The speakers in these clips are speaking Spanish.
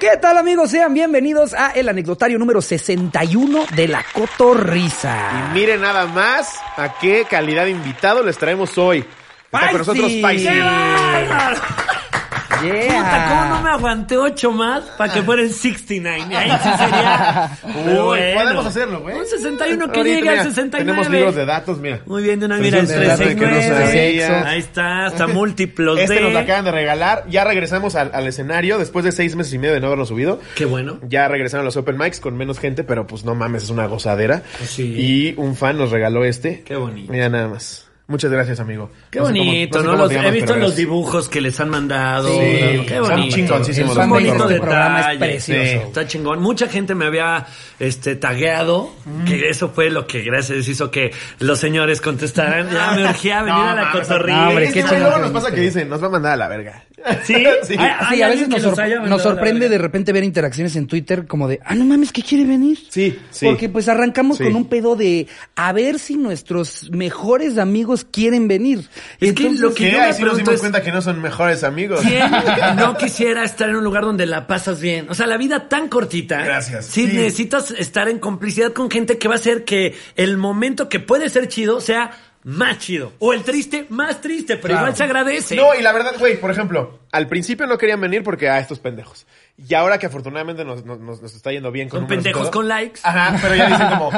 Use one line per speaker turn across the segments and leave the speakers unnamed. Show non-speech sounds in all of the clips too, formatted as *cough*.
¿Qué tal amigos? Sean bienvenidos a el anecdotario número 61 de la Cotorrisa.
Y miren nada más a qué calidad de invitado les traemos hoy. Está con nosotros
¡Paisy!
Paisy.
¡Qué
¡Bárbaro! Puta, ¿cómo no me
Yeah.
aguanté ocho más para que fueran 69? Ahí sí sería.
*laughs* Uy,
bueno.
podemos hacerlo, güey.
Un 61 que
Ahorita,
llegue
mira,
al 69.
Tenemos libros de datos, mira.
Muy bien, de una mira
Tenemos
el
un dato Pues que no
369.
sabía.
Ahí
*laughs*
está, hasta múltiplos
Este
de.
nos lo acaban de regalar. Ya regresamos al, al escenario después de seis meses y medio de no haberlo subido.
Qué bueno.
Ya regresaron los open mics con menos gente, pero pues no mames, es una gozadera.
Pues sí.
Y un fan nos regaló este.
Qué bonito.
Mira nada más. Muchas gracias, amigo.
Qué
No sé cómo-
bonito,
sé
¿no?
cómo
Los,
te
he
llamas,
visto
pero
los
eres-
dibujos que les han mandado.
Sí,
qué
son
bonito.
chingoncísimos
Es
los
un bonito
fotos.
detalle.
Este
programa es precioso.
Está chingón. Mucha gente me había este tagueado,
Mm.
que eso fue lo que gracias hizo que los señores contestaran. Ya me urgía venir
*laughs* No,
a la
mames,
cotorrilla.
no, hombre,
Este
qué
güey
chingón
luego
que
nos
viniste.
pasa que dicen, nos va a mandar a la verga. *laughs*
¿Sí? Ay, ay,
Sí, a veces
alguien que
nos,
los
sorpre-
haya
nos
mandado a la
sorprende de
verga.
repente ver interacciones en Twitter como de, ah, no mames, que quiere venir?
Sí, sí.
Porque pues arrancamos
Sí.
con un pedo de a ver si nuestros mejores amigos quieren venir. Y
Es que lo que-
Que
yo me
ahí sí nos
pregunto
dimos
es-
cuenta que no son mejores amigos. *laughs*
¿Quién no quisiera estar en un lugar donde la pasas bien? O sea, la vida tan cortita.
Gracias.
Sí,
Sí.
necesitas estar en complicidad con gente que va a hacer que el momento que puede ser chido sea más chido. O el triste, más triste, pero igual se agradece.
No, y la verdad, güey, por ejemplo, al principio no querían venir porque a estos pendejos. Y ahora que afortunadamente nos, nos- nos- nos está yendo bien con
Son
números y
pendejos
todo.
con likes.
Ajá, pero ya dicen
*laughs*
como,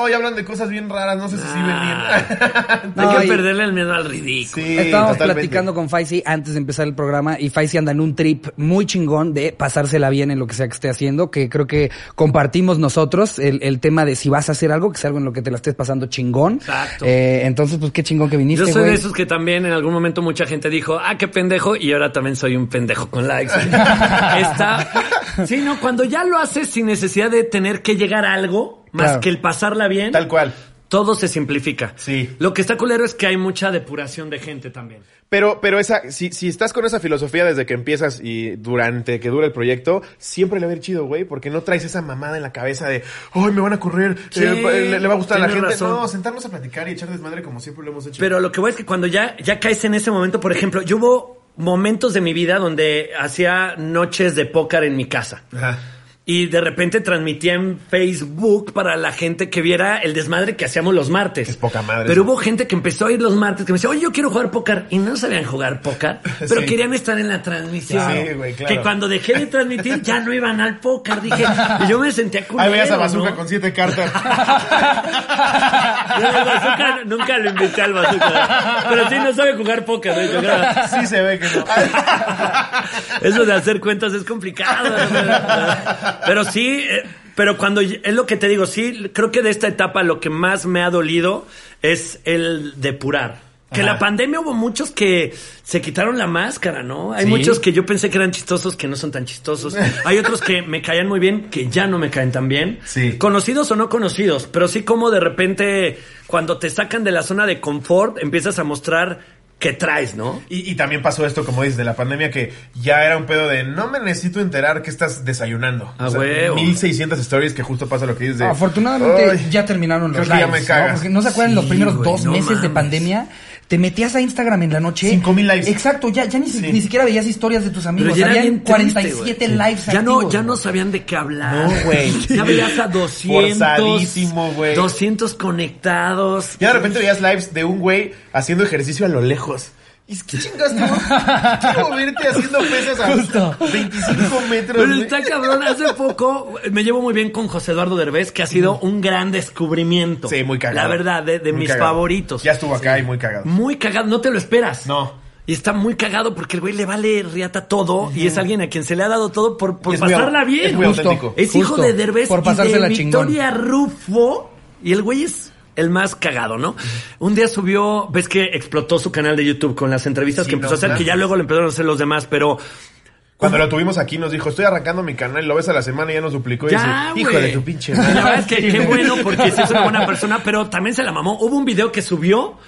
oh, ya hablan de cosas bien raras, no sé si sí
Ah.
venir.
Hay
No,
que
y-
perderle el miedo al
*laughs*
ridículo.
sí,
Estábamos
totalmente.
platicando con Faisy antes de empezar el programa y Faisy anda en un trip muy chingón de pasársela bien en lo que sea que esté haciendo, que creo que compartimos nosotros el, el tema de si vas a hacer algo, que sea algo en lo que te la estés pasando chingón.
Exacto.
Eh, entonces, pues qué chingón que viniste,
Yo soy
güey.
de esos que también en algún momento mucha gente dijo, ah, qué pendejo, y ahora también soy un pendejo
*laughs*
con likes. Está. Sí, no, cuando ya lo haces sin necesidad de tener que llegar a algo, más
Claro.
que el pasarla bien.
Tal cual.
Todo se simplifica.
Sí.
Lo que está culero es que hay mucha depuración de gente también.
Pero, pero esa, si, si estás con esa filosofía desde que empiezas y durante que dura el proyecto, siempre le va a ir chido, güey, porque no traes esa mamada en la cabeza de, ay, me van a correr,
Sí,
eh, pa- le, le va a gustar a la
tienes
gente.
razón.
No, sentarnos a platicar y echar desmadre como siempre lo hemos hecho.
Pero lo que voy es que cuando ya, ya caes en ese momento, por ejemplo, yo hubo momentos de mi vida donde hacía noches de póker en mi casa.
Ajá.
Y de repente transmitía en Facebook para la gente que viera el desmadre que hacíamos los martes.
Es poca madre
Pero
eso.
hubo gente que empezó a ir los martes que me decía, oye, yo quiero jugar póker. Y no sabían jugar póker,
*laughs*
pero
Sí.
querían estar en la transmisión.
Sí, güey, claro.
Que cuando dejé de transmitir ya no iban al póker. Dije, y yo me sentía culero.
Ahí veías a Bazooka
¿no?
con siete cartas.
*laughs* Yo al Bazooka nunca lo invité al bazooka. Pero sí, no sabe jugar póker. ¿no? Yo creo-
Sí se ve que
*laughs*
no.
Eso de hacer cuentas es complicado. Pero sí, eh, pero cuando y- es lo que te digo, sí, creo que de esta etapa lo que más me ha dolido es el depurar. Que la pandemia hubo muchos que se quitaron la máscara, ¿no? Hay muchos que yo pensé que eran chistosos que no son tan chistosos. Hay otros que me caían muy bien que ya no me caen tan bien.
Sí.
Conocidos o no conocidos, pero sí como de repente cuando te sacan de la zona de confort empiezas a mostrar que traes, ¿no?
Y, y también pasó esto, como dices, de la pandemia, que ya era un pedo de no me necesito enterar que estás desayunando.
Ah, huevo.
1600 stories que justo pasa lo que dices de.
Afortunadamente
"Ay,
ya terminaron los
creo que ya
lives,
me caga".
¿no? Porque no se acuerdan
Sí,
los primeros
güey,
dos
no
meses de
mames.
pandemia. Te metías a Instagram en la noche.
5,000 lives.
Exacto, ya, ya ni, si-
Sí.
ni siquiera veías historias de tus amigos.
ya era
Habían
bien triste,
47
güey.
lives
ya no,
activos,
ya no
güey.
sabían de qué hablar.
No, güey.
Ya veías a 200.
Forzadísimo, güey.
200 conectados.
Ya de repente veías lives de un güey haciendo ejercicio a lo lejos. Y es que chingas, no. Quiero verte haciendo pesas a
Justo.
25 metros.
Pero
güey.
está cabrón, hace poco me llevo muy bien con José Eduardo Derbez, que ha sido un gran descubrimiento.
Sí, muy cagado.
La verdad, de, de
Muy
mis
cagado.
favoritos.
Ya estuvo acá y muy cagado.
Muy cagado, no te lo esperas.
No.
Y está muy cagado porque el güey le vale riata todo y es alguien a quien se le ha dado todo por, por
Y es muy au-
pasarla bien.
es muy
Justo.
auténtico.
Es hijo
Justo,
de Derbez
por pasársela
y de
chingón.
Victoria Rufo. Y el güey es el más cagado, ¿no? Un día subió, ves que explotó su canal de YouTube con las entrevistas
Sí,
que empezó
no
a hacer, que
mames.
ya luego lo empezaron a hacer los demás, pero
Cuando lo tuvimos aquí nos dijo, estoy arrancando mi canal, lo ves a la semana y ya nos duplicó. y
ya,
dice, Pues, hijo
güey.
de tu pinche
La
madre".
verdad es que qué bueno porque sí es una buena persona, pero también se la mamó. Hubo un video que subió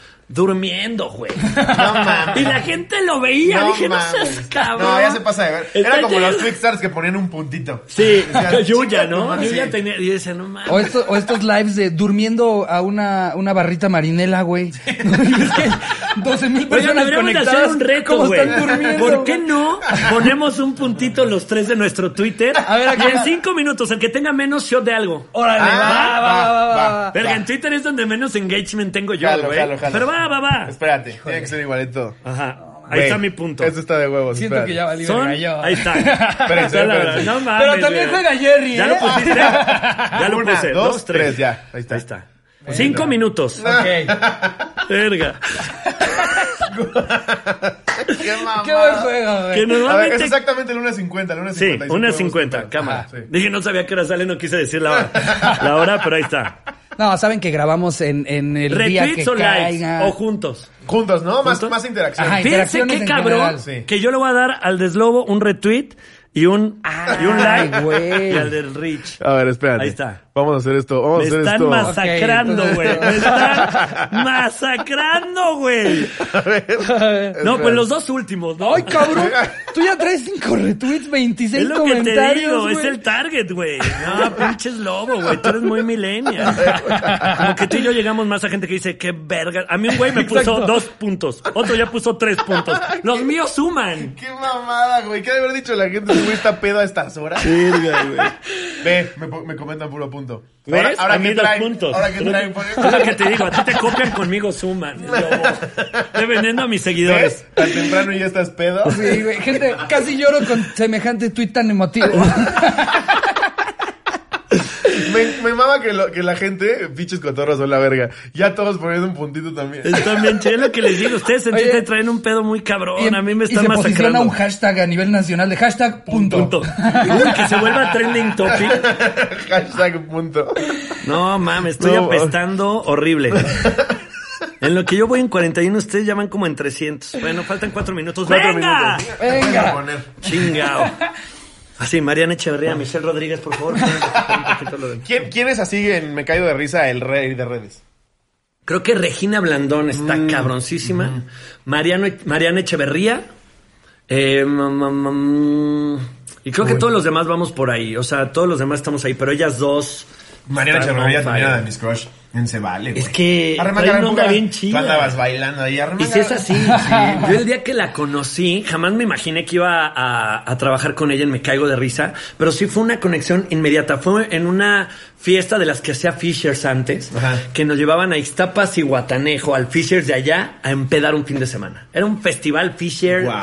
*laughs*
durmiendo, güey. *laughs*
No mames.
Y la gente lo veía. Dije, no seas
mames.
cabrón.
No, ya se pasa de ver. Era
Está
como los
lleno.
Twixtars que ponían un puntito. *laughs*
Sí, *laughs*
Decían,
Yuya,
"Chinga tu
¿no?
madre".
Yuya
Sí.
tenía. Y yo decía, no mames.
O, esto- o estos lives de durmiendo a una, una barrita marinela, güey. *laughs* es que 12 mil
Oye,
personas
deberíamos de
conectadas.
hacer un reto,
pues ¿Cómo
güey.
están durmiendo?
¿Por qué no ponemos un puntito los tres de nuestro Twitter?
A ver, aquí Oh,
y en
va.
cinco minutos, el que tenga menos shot de algo.
Órale, va, va,
Ah,
va, va,
va,
va.
Verga, en Twitter es donde menos engagement tengo yo,
Jalo,
güey.
jalo, jalo.
Pero va, va, va.
Espérate, tiene que ser igualito.
Ajá. Ahí
Güey,
está mi punto.
Esto está de huevos.
Siento
espérate.
que ya valí
Son-
verga yo.
*laughs*
Ahí está.
Espérense,
Está la-
espérense.
no mames,
Pero también
güey.
juega Jerry,
Ya
¿eh?
lo
*laughs*
pusiste. Ya lo
Una,
puse.
dos, tres, ya. Ahí está.
Ahí está.
*laughs*
Cinco minutos.
*laughs* Ok.
Verga.
Qué mamada.
Qué buen juego,
Que
güey.
A ver, es
normalmente
exactamente la 1.50, la 1.50.
Sí,
Ahí
una
podemos
cincuenta,
contar.
cámara.
Ajá, sí.
Dije, no sabía que hora sale, no quise decir la hora, la hora pero ahí está.
No, saben que grabamos en, en *laughs* el día que
Retweets o likes,
caiga.
o juntos.
Juntos, ¿no? Más,
¿Juntos?
más interacción.
Ajá,
Fíjense
interacciones
qué
en
cabrón
general,
sí.
que yo le voy a dar al deslobo un retweet y un, y un
Ay,
like
güey.
y al del Rich.
A ver, espérate.
Ahí está.
Vamos a hacer esto. Vamos
Me
a hacer
están
esto.
masacrando,
Ok,
güey.
entonces-
Me están
*laughs*
masacrando, güey. No, pues los dos últimos, ¿no?
Ay, cabrón.
*laughs*
Tú ya traes 5 retweets, 26
Es lo que te
comentarios.
digo, es
güey.
el target, güey. No, *laughs* pinches lobo, güey. Tú eres muy millennial. Como que tú y yo llegamos más a gente que dice, qué verga. A mí un güey me puso
Exacto.
dos puntos. Otro ya puso tres puntos. Los míos suman.
Qué mamada, güey. ¿Qué ha de haber dicho la gente? Este güey está pedo a estas horas. Ve, me, po- me comentan puro punto.
¿Ves? a mí
que
dos
traen,
puntos.
Ahora que
Es lo-
traen.
Es lo que te digo, a ti te copian conmigo, suman. lobo. Estoy vendiendo a mis seguidores.
¿Ves? Tan temprano ya estás pedo.
Sí, güey. Gente, casi lloro con semejante tuit tan emotivo.
*laughs*
Me, me mama que, lo- que la gente, pinches cotorros son la verga. Ya todos poniendo un puntito también. *laughs*
Están bien chido, es lo que les digo. Ustedes en
Oye.
Twitter traen un pedo muy cabrón. A mí me
y se
están
posiciona
masacrando.
un hashtag a nivel nacional de hashtag punto.
Punto.
*laughs*
Uy, que se vuelva trending topic.
Hashtag punto.
No mames, estoy
No,
apestando horrible. En lo que yo voy en 41, ustedes ya van como en 300. Bueno, faltan 4 minutos.
Cuatro
¡Venga!
minutos. Voy a
Venga.
poner.
Chingao. Así, Mariana Echeverría, Michelle Rodríguez, por favor. pongan un poquito lo de-
¿Quién, ¿Quién es así en Me Caigo de Risa el rey de redes?
Creo que Regina Blandón está cabroncísima. Mariano, Mariana Echeverría. Eh, mm, mm, mm, y creo que todos los demás vamos por ahí. O sea, todos los demás estamos ahí, pero ellas dos.
Mariana
están
Echeverría
on
también era
fire.
de mis crush. En se vale, güey.
Es que
Arremanga,
Eh, trae una
arremanga.
onda bien
Tú
chida.
andabas bailando ahí.
Y
arremanga.
si es así, yo el día que la conocí, jamás me imaginé que iba a, a trabajar con ella en Me Caigo de Risa, pero sí fue una conexión inmediata. Fue en una fiesta de las que hacía Fishers antes,
Ajá.
que nos llevaban a Iztapas y Guatanejo, al Fishers de allá, a empedar un fin de semana. Era un festival Fisher.
Wow.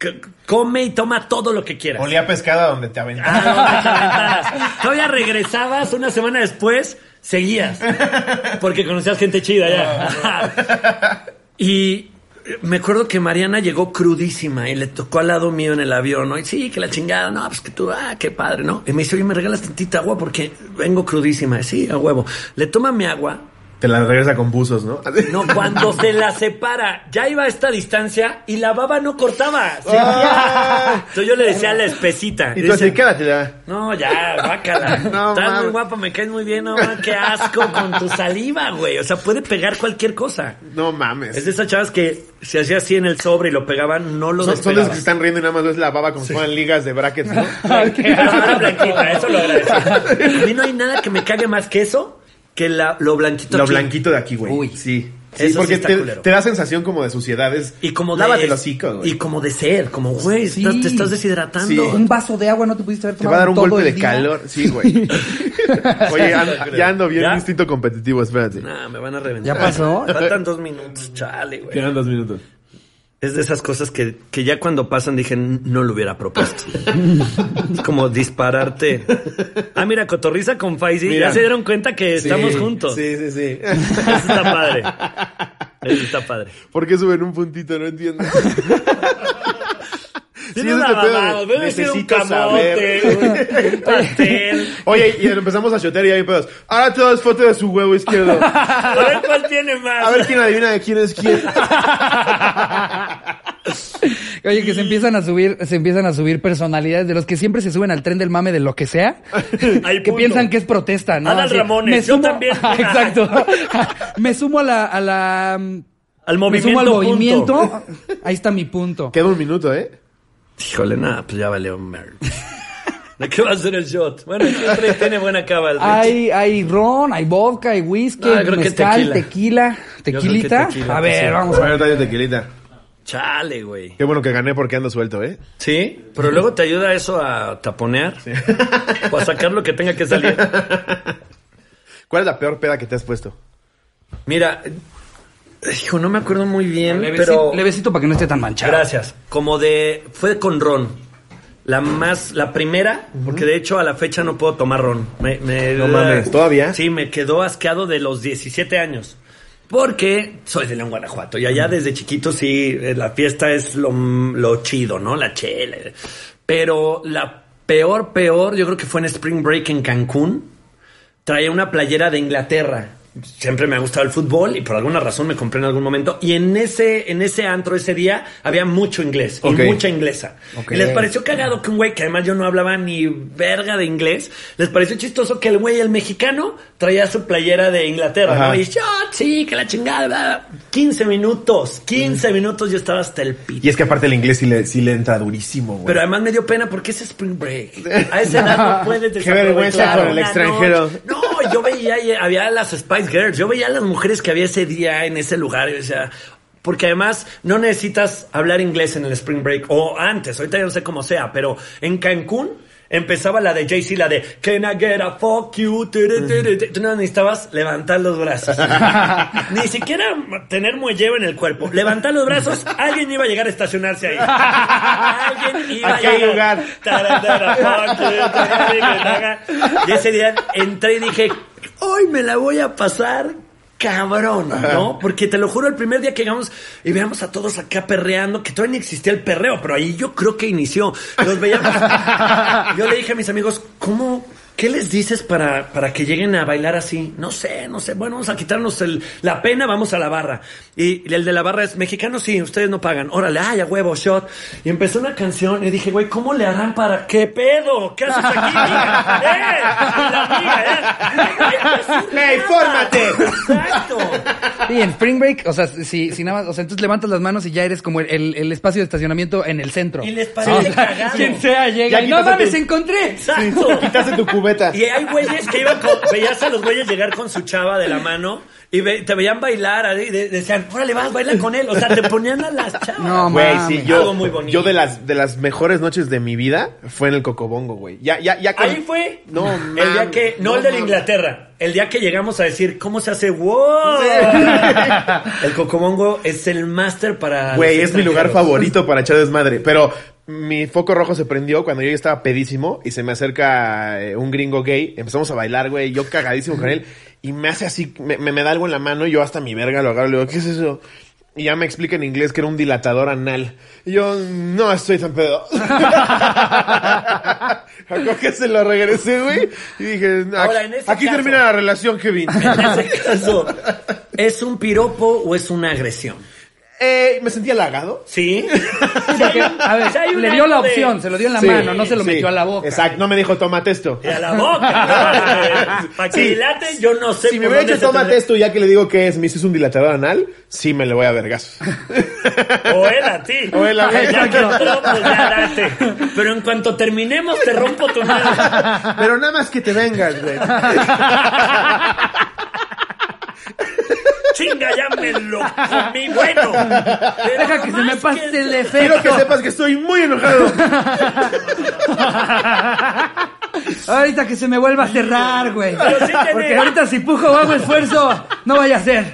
C- Come y toma todo lo que quieras.
Olía a pescado a donde te
Ah,
aventabas.
no, te aventaras. Todavía regresabas una semana después, seguías. Porque conocías gente chida
*laughs*
ya. y me acuerdo que Mariana llegó crudísima y le tocó al lado mío en el avión, ¿no? Y sí, que la chingada, no, pues que tú, ah, qué padre, ¿no? Y me dice, oye, ¿me regalas tantita agua? Porque vengo crudísima. Sí, a huevo. Le toma mi agua.
Te la regresa con buzos, ¿no?
No, cuando se la separa, ya iba a esta distancia y la baba no cortaba.
Ah.
seguía. Entonces yo le decía a la espesita.
*laughs* Y tú así,
dice,
quédate ya.
no, ya,
*laughs*
bácala.
No,
Estás
mames.
muy guapa, me caes muy bien, no, mames, qué asco con tu saliva, güey. O sea, puede pegar cualquier cosa.
No mames.
Es de esas chavas que se hacía así en el sobre y lo pegaban, no lo
son, son los
despegaban.
que
*laughs*
están riendo y nada más ves la baba como si fueran ligas de brackets, ¿no?
Pero no era *laughs* blanquita, eso lo agradezco. A mí no hay nada que me cague más que eso, que la- lo blanquito.
Lo
aquí.
blanquito de aquí, güey.
Uy.
Sí.
Eso
Sí,
sí
porque
está
te,
culero.
te da sensación como de suciedad. Es,
Y como de,
Lávate el hocico,
Y
güey.
como de ser, como, güey,
Sí.
estás- te estás deshidratando.
Sí.
Un vaso de agua no te pudiste haber
Te
tomado
va a dar un
todo
golpe
el
de
día.
calor. Sí,
*laughs*
güey. Oye, an- ya ando bien
¿Ya?
instinto competitivo, espérate.
Nah, me van a reventar.
¿Ya pasó?
Faltan dos minutos, chale, güey.
Quedan dos minutos.
Es de esas cosas que, que ya cuando pasan dije, no lo hubiera propuesto. es como dispararte. Ah, mira, cotorriza con Faisy.
Mira.
Ya se dieron cuenta que estamos juntos.
Sí, sí, sí.
Eso está padre. Eso está padre.
¿Por qué suben un puntito? No
*laughs*
entiendo. Sí,
Tiene
es
una
este pedo de,
mamada, debe ser un
necesito
camote, un pastel.
Oye, y empezamos a chotear y hay pedos. Ahora todas foto de su huevo izquierdo.
A ver cuál tiene más.
A ver quién adivina de quién es quién.
Oye, que se empiezan a subir, se empiezan a subir personalidades de los que siempre se suben al tren del mame de lo que
*laughs*
sea,
Ay,
que
punto.
piensan que es protesta, ¿no? *laughs*
Adal Ramones, yo también.
Exacto. me sumo a la, a la mm,
Al
Me sumo
movimiento.
al
punto.
movimiento. Ahí está mi punto.
Queda un minuto, ¿eh?
Híjole, nada, pues ya valió merda. ¿De qué va a ser el shot? Bueno, siempre tiene buena cava el Richie.
Hay, hay ron, hay vodka, hay whisky,
No, yo Ah, creo que
mezcal, tequila,
creo que
tequilita.
tequila,
a ver,
sí.
vamos a ver.
Bueno, trae tequilita.
Chale, güey.
Qué bueno que gané porque ando suelto, ¿eh?
Sí, pero luego te ayuda eso a taponear o a sacar lo que tenga que salir.
¿Cuál es la peor peda que te has puesto?
Mira, hijo, no me acuerdo muy bien,
Levecito,
pero
levecito para que no esté tan manchado.
gracias. Como de fue con ron. La más, la primera, porque de hecho a la fecha no puedo tomar ron. Me- me-
No mames, ¿todavía?
Sí, me quedó asqueado de los 17 años. Porque soy de León, Guanajuato. Y allá desde chiquito sí, eh, la fiesta es lo, lo chido, ¿no? La chela. Pero la peor, peor, yo creo que fue en Spring Break en Cancún traía una playera de Inglaterra. Siempre me ha gustado el fútbol y por alguna razón me compré en algún momento. Y en ese, en ese antro ese día había mucho inglés
Ok.
y mucha inglesa.
Ok.
Y les pareció cagado que un güey, que además yo no hablaba ni verga de inglés, les pareció chistoso que el güey, el mexicano, traía su playera de Inglaterra.
Ajá.
¿no? Y yo, sí, que la chingada. bla, bla". 15 minutos, 15 minutos yo estaba hasta el pito.
Mm. Y es que aparte el inglés sí le, sí le entra durísimo, güey.
Pero además me dio pena porque es
*laughs*
Spring Break. A esa edad no puedes
Qué vergüenza
desaprovechar
con el
una
extranjero.
noche. No, yo veía, y había las Spice Girls, yo veía a las mujeres que había ese día en ese lugar. O sea, porque además no necesitas hablar inglés en el Spring Break o antes, ahorita ya no sé cómo sea, pero en Cancún empezaba la de Jay-Z, la de Can I get a fuck you? Tere, tere, tere. Tú no necesitabas levantar los brazos. Ni siquiera tener muelleo en el cuerpo. Levantar los brazos, alguien iba a llegar a estacionarse ahí. Alguien iba
¿A qué
llegar.
lugar?
Y ese día entré y dije, hoy me la voy a pasar cabrón, ¿no? Porque te lo juro, el primer día que llegamos y veamos a todos acá perreando, que todavía ni existía el perreo, pero ahí yo creo que inició. Los veíamos. Yo le dije a mis amigos, ¿cómo? ¿Qué les dices para, para que lleguen a bailar así? No sé, no sé. Bueno, vamos a quitarnos el, la pena, vamos a la barra. Y el de la barra es, mexicanos sí, ustedes no pagan. Órale, ay, a huevo, shot. Y empezó una canción y dije, güey, ¿cómo le harán para qué pedo? ¿Qué haces aquí? amiga? ¡Eh! La amiga, eh.
Ey, fórmate.
Exacto.
Sí, en Spring Break, o sea, si, si nada más, o sea, entonces levantas las manos y ya eres como el, el- el espacio de estacionamiento en el centro.
Y les parece
O sea,
cagado.
Quien sea llega.
Ya
Y, no
quítate
mames,
tu-
encontré.
Exacto.
Quitaste tu cubeta.
Y hay güeyes que iban con, veías a los güeyes llegar con su chava de la mano y ve- te veían bailar, ahí, de- decían, órale, vas, baila con él. O sea, te ponían a las chavas.
No,
Güey,
mames.
sí, yo,
Algo muy bonito.
yo de las de las mejores noches de mi vida fue en el Cocobongo, güey. Ya, ya, ya. con-
Ahí fue
No,
el día
mames,
que, no, el de la
mames.
Inglaterra, el día que llegamos a decir cómo se hace wow. el Cocobongo es el máster para los
Güey, es mi lugar
*laughs*
extranjeros.
favorito para echar desmadre. Pero mi foco rojo se prendió cuando yo ya estaba pedísimo y se me acerca eh, un gringo gay. Empezamos a bailar, güey. Yo
*laughs*
cagadísimo con él. Y me hace así, me, me- me da algo en la mano y yo hasta mi verga lo agarro y le digo, ¿qué es eso? Y ya me explica en inglés que era un dilatador anal. Y yo, no estoy tan pedo. *laughs* Acá que se lo regresé, güey. Y dije, "No,
Ahora,
aquí,
en ese
aquí
caso-
termina la
*laughs*
relación, Kevin.
En ese caso, ¿es un piropo o es una agresión?
eh, me sentí halagado.
¿Sí?
Porque, a ver,
Sí hay un
le dio la
algo de-
opción, se lo dio en la
Sí,
mano, no se lo
sí.
metió a la boca.
Exacto, no me dijo, tómate esto.
Y a la boca.
*laughs*
¿no? Para que
Sí.
dilate, yo no sé
Si me
por
hubiera
dónde
dicho
se
tómate
tendría-
esto ya que le digo que es, me dices un dilatador anal, sí me le voy a vergas.
*laughs* O él a ti.
O él a mí.
*laughs* Ya que entró, pues ya date. Pero en cuanto terminemos, te rompo
*laughs*
tu mano.
Pero nada más que te vengas, güey.
Chinga, ya me lo comí. Bueno. Pero
Deja que se
más
me pase
que-
el
Quiero que
efecto.
sepas que estoy muy enojado.
Ahorita que se me vuelva a cerrar, güey.
Pero sí tiene-
Porque ahorita si pujo o hago esfuerzo, no vaya a ser.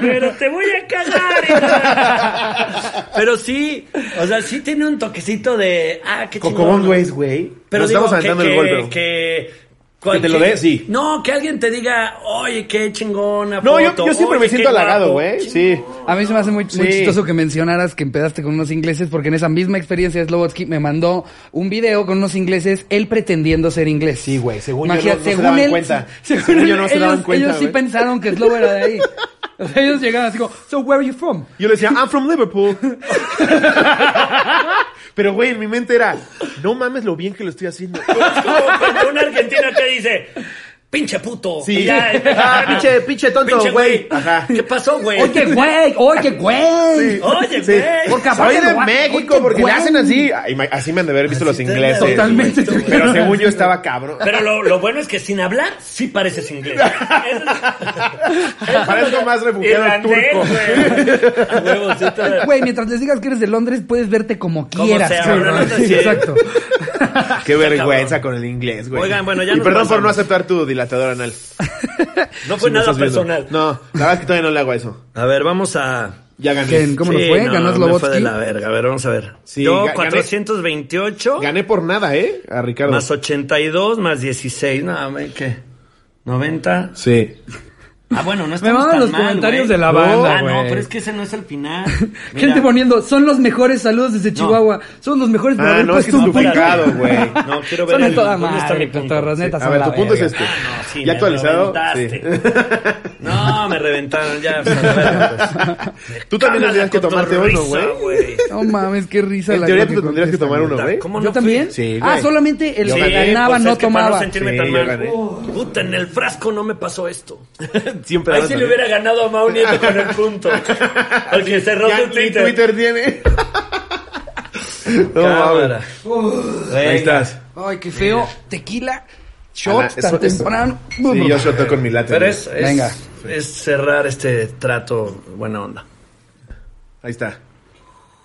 Pero te voy a cagar.
*laughs*
hija. Pero sí, o sea, sí tiene un toquecito de. Ah, qué *laughs* chingón.
Cocobongo es, güey.
Pero
Nos
digo
estamos aventando
que,
el
que-
golpe.
Que,
Que te lo
cualquier-
dé, sí.
No, que alguien te diga, oye, qué chingona.
No, yo,
foto,
yo siempre
oye,
me siento
qué
halagado,
guapo".
güey.
*laughs* Chingón.
Sí.
A mí se me hace muy, muy
Sí.
chistoso que mencionaras que empezaste con unos ingleses, porque en esa misma experiencia Slobotsky me mandó un video con unos ingleses, él pretendiendo ser inglés.
Sí, güey, según yo
Imagina-
no- no se daban cuenta.
*laughs* Según,
Según
él,
yo no se
ellos,
daban cuenta,
ellos sí
güey.
pensaron que Slobo era de
*laughs*
ahí. O sea, ellos llegaban así como, so where are you from?
Yo le decía, I'm from Liverpool.
*laughs*
Pero, güey, en mi
*laughs*
mente era, no mames lo bien que lo estoy haciendo.
Es como cuando un argentino te dice, pinche puto.
Sí.
Y ya,
*laughs*
*laughs*
Ah, pinche- pinche tonto, güey. Ajá.
¿Qué pasó, güey?
Oye, güey, oye, güey.
Sí.
Oye,
Sí.
güey.
Porque
Soy
aparte
de
lo-
México,
oye,
porque le
güey.
hacen así. Ay, ma- Así me han de haber visto los
te han de
ingleses.
haber
Totalmente.
visto, güey.
Pero según yo estaba
*laughs*
cabrón.
Pero lo, lo bueno es que sin hablar, sí pareces
*laughs*
inglés.
Parezco más refugiado
Irlandés,
turco.
güey. A huevo,
*laughs*
sí te-
Güey, mientras les digas que eres de Londres, puedes verte como
Como
quieras.
sea,
cabrón.
no, no, no,
Sí,
*laughs*
sí.
Exacto.
Qué vergüenza con el inglés, güey.
Oigan, bueno, ya
Y
nos
perdón por
pasamos.
no aceptar tu dilatador anal.
No fue
Si me
nada
estás viendo.
personal.
No, la verdad es que todavía no le hago eso.
A ver, vamos a...
Ya
¿Quién?
gané.
¿Cómo nos fue? ¿Ganó
no, me fue de
Slobotsky?
la verga. A ver, vamos a ver.
Sí, ga-
Yo
gané.
428
Gané por nada, ¿eh? A Ricardo.
más 82 más 16. No, me- ¿qué? 90.
Sí.
Ah, bueno,
*laughs*
no
Me
estamos
maman
tan
los
mal,
comentarios
güey.
de la
No.
banda,
Ah, no,
güey.
pero es que ese no es el final. Mira.
*laughs* Gente poniendo, son los mejores saludos desde Chihuahua. Son los mejores por
Ah,
haber
no, es que
puesto
es
un punto. *laughs*
duplicado, güey.
No, quiero ver
Son a
el-
toda
dónde está mi
madre,
punto.
cotorras, neta.
A
son
ver,
la
tu punto es
verga.
este.
Ah, no, sí,
¿Ya
me
actualizado?
*laughs* reventaste.
Sí.
No, me reventaron ya. pues, a ver, pues.
Tú también
Caga
tendrías
la
que tomarte uno,
cotorriza,
güey.
No mames, qué risa
este. En
la
teoría
que
tú tendrías que
contestan,
tomar
güey.
uno, güey.
¿Cómo
¿Yo
no
también?
Sí, güey.
ah, solamente el
Yo
que
gané,
ganaba
pues,
no
es que Para no
tomaba.
sentirme
Sí,
tan
yo
mal.
gané.
Uh, Puta, en el frasco no me pasó esto.
*laughs* Siempre
Ahí
vas
sí
a
le
ver.
hubiera ganado a Mau Nieto con el
*laughs*
punto. Porque cerró
Ya
su
ni
Twitter.
Twitter tiene. *laughs* No,
Cámara.
mames.
Venga.
Ahí estás.
Ay, qué feo. Tequila,
Ana,
shots tan
Ah, eso- eso-
temprano.
Sí, yo shoto con mi latte.
Pero es, es-
Venga.
es cerrar este trato buena onda.
Ahí está.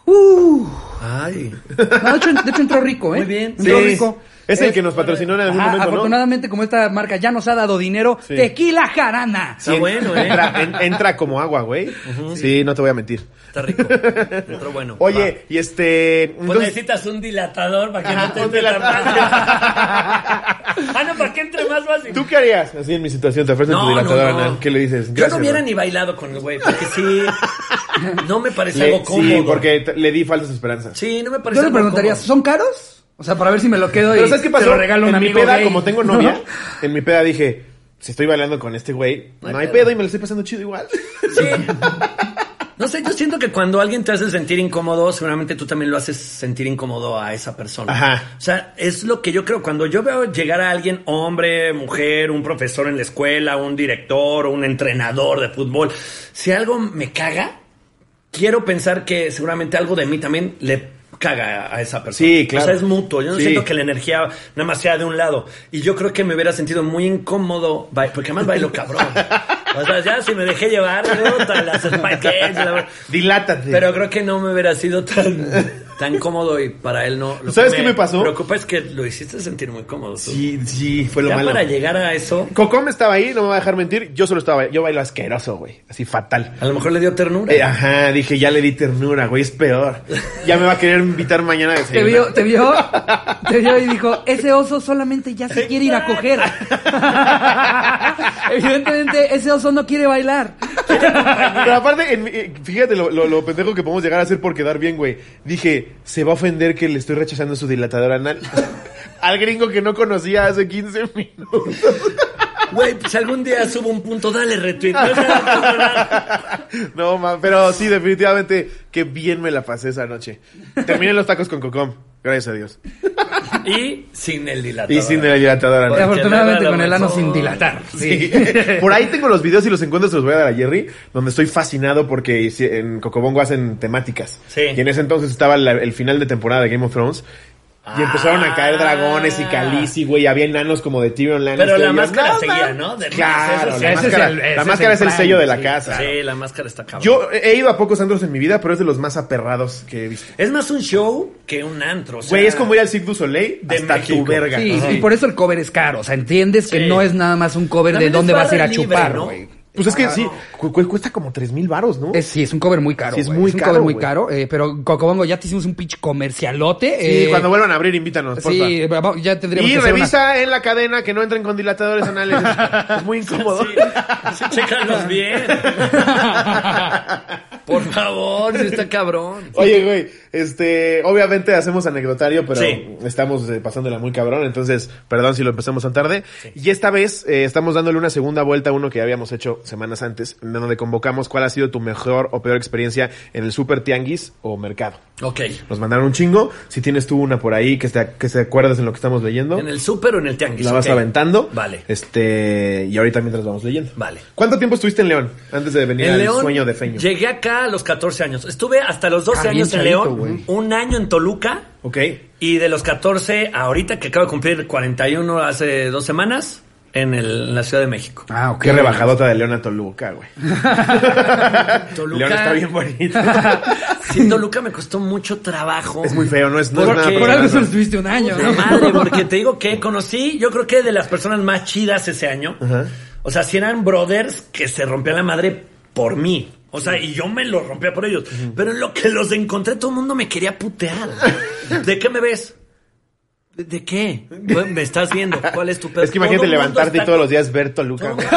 Uh.
Ay.
No, de, hecho, de hecho entró rico, ¿eh?
Muy bien.
Entró
Sí.
rico.
Es el que nos patrocinó en algún
Ajá,
momento, ¿no?
afortunadamente, como esta marca ya nos ha dado dinero,
Sí.
tequila jarana.
Está bueno, ¿eh?
Entra, en- entra como agua, güey. Sí, no te voy a mentir.
Está
*laughs*
rico. Entró bueno.
Oye,
Va.
y este.
Pues
entonces-
necesitas un dilatador para que
Ajá,
no te
un
entre tan
dilatador.
fácil.
*laughs*
ah, no, para que entre más fácil.
¿Tú qué harías? Así en mi situación, te ofrecen
No,
tu dilatador
no, no.
anal. ¿Qué le dices?
Yo
Gracias,
no hubiera
bro.
ni bailado con el güey, porque sí. *laughs* No me parece
Le-
algo cómodo.
sí, porque te- le di falsas esperanzas.
Sí, no me parece
Yo le
algo
preguntaría, *laughs*
cómodo.
¿son caros? O sea, para ver si me lo quedo
Pero
y
¿sabes qué
te
pasó?
lo regalo a un
en mi
amigo
peda,
gay.
como
*laughs*
tengo novia, en mi peda dije, si estoy bailando con este güey, no, hay pedo y me lo estoy pasando chido igual.
Sí. No sé, yo siento que cuando alguien te hace sentir incómodo, seguramente tú también lo haces sentir incómodo a esa persona.
Ajá.
O sea, es lo que yo creo. Cuando yo veo llegar a alguien, hombre, mujer, un profesor en la escuela, un director, un entrenador de fútbol, si algo me caga, quiero pensar que seguramente algo de mí también le caga a esa persona.
Sí, claro.
O sea, es mutuo. Yo no
Sí.
siento que la energía nada más sea de un lado. Y yo creo que me hubiera sentido muy incómodo, ba- porque además bailo cabrón. O sea, ya si me dejé llevar, *laughs* puta, las espaguetis, la verdad.
Dilátate.
Pero creo que no me hubiera sido tan, tan cómodo y para él no. Lo
¿Sabes qué me pasó?
Lo preocupa es que lo hiciste sentir muy cómodo. tú.
sí, sí, fue lo
ya
malo.
para llegar a eso,
Cocom estaba ahí, no me va a dejar mentir. Yo solo estaba, yo bailo asqueroso, güey. Así fatal.
a lo mejor le dio ternura.
Eh, ajá, dije, ya le di ternura, güey, es peor. Ya me va a querer invitar mañana a
*laughs* Te
desayunar.
vio, te vio,
*laughs*
te vio y dijo, ese oso solamente ya se quiere ir a
*laughs*
coger. Evidentemente, ese oso no quiere bailar.
Pero aparte, en mi- eh, fíjate lo, lo- lo pendejo que podemos llegar a hacer por quedar bien, güey. Dije, se va a ofender que le estoy rechazando su dilatador anal *laughs* al gringo que no conocía hace 15 minutos. ah.
Güey, pues, si algún día subo un punto, dale retweet. No, no,
*laughs*
no, no.
No, ma, pero sí, definitivamente, qué bien me la pasé esa noche. Terminé los tacos con Cocom, gracias a Dios.
Y sin el dilatador.
Y sin el dilatador
Y
anal.
afortunadamente
Porque
con el ano
mejor.
sin dilatar.
Sí. *laughs* Por ahí tengo los videos y los encuentros se los voy a dar a Jerry, donde estoy fascinado porque hici- en Cocobongo hacen temáticas.
Sí.
Y en ese entonces estaba la- el final de temporada de Game of Thrones. Y empezaron a caer dragones y calici, güey. y Había enanos como de Tyrion Lannister.
Pero la
y yo,
máscara
"No,
seguía,
man".
¿no? De más,
claro,
eso sí.
la
Ese es
máscara,
el- ese
la
es
máscara
el
es el,
plan,
sello de la
sí,
casa.
Sí, la máscara está cabrón.
Yo he ido a pocos antros en mi vida, pero es de los más aperrados que he visto.
Es más un show que un antro. o sea,
Güey, es como ir al Cirque du Soleil
Ah. De
de hasta tu
México.
verga.
Sí,
Ajá.
y por eso el cover es caro. O sea, entiendes que
Sí.
no es nada más un cover
También
de
es
dónde vas a ir a
barra libre,
chupar,
¿no?
güey.
Pues es que sí, cu- cu- cuesta como tres mil varos, ¿no?
Es, sí, es un cover muy caro.
Sí, es
güey.
muy
un
caro,
cover muy
güey.
caro. eh, pero, Cocobongo, ya te hicimos un pitch comercialote.
Sí,
eh,
cuando vuelvan a abrir, invítanos, porfa.
Sí, va- ya tendríamos
Y
que hacer una-
revisa en la cadena que no entren con dilatadores anales. Es,
*laughs*
es muy incómodo.
Sí, sí,
*laughs*
chécalos bien. Por favor, si está cabrón.
Oye, güey, Este, obviamente hacemos anecdotario, pero
Sí.
estamos eh, pasándola muy cabrón, entonces, perdón si lo empezamos tan tarde. Y esta vez eh, estamos dándole una segunda vuelta a uno que ya habíamos hecho semanas antes, en donde convocamos cuál ha sido tu mejor o peor experiencia en el Super Tianguis o mercado.
Ok.
Nos mandaron un chingo. Si tienes tú una por ahí que te, que te acuerdas en lo que estamos leyendo,
¿En el súper o en el tianguis?
la vas
Ok.
aventando.
Vale.
Este, y ahorita mientras vamos leyendo.
Vale.
¿Cuánto tiempo estuviste en León antes de venir
En
al
León,
sueño de Feño?
llegué acá a los 14 años. Estuve hasta los 12
Ah, bien
años en
chavito,
León,
güey.
un año en Toluca
Ok.
y de los 14 a ahorita que acabo de cumplir 41 hace dos semanas en, el- en la Ciudad de México.
Ah, ok.
Qué rebajadota de León a
*laughs*
Toluca, güey.
Toluca.
León está bien bonito.
Sí, Toluca me costó mucho trabajo.
es muy feo, no es, no es
Porque-
nada
Por algo
personal,
solo
¿no?
estuviste un año.
La madre,
*laughs*
porque te digo que conocí, yo creo que de las personas más chidas ese año.
Ajá.
O sea, si eran brothers que se rompían la madre por mí. O sea, y yo me lo rompía por ellos. Pero en lo que los encontré, todo el mundo me
*laughs*
quería putear. ¿De qué me ves? ¿De- ¿De qué? Bueno, Me estás viendo. ¿Cuál es tu pedo?
Es que imagínate
Todo el mundo
levantarte y
está
todos los días ver Toluca, güey.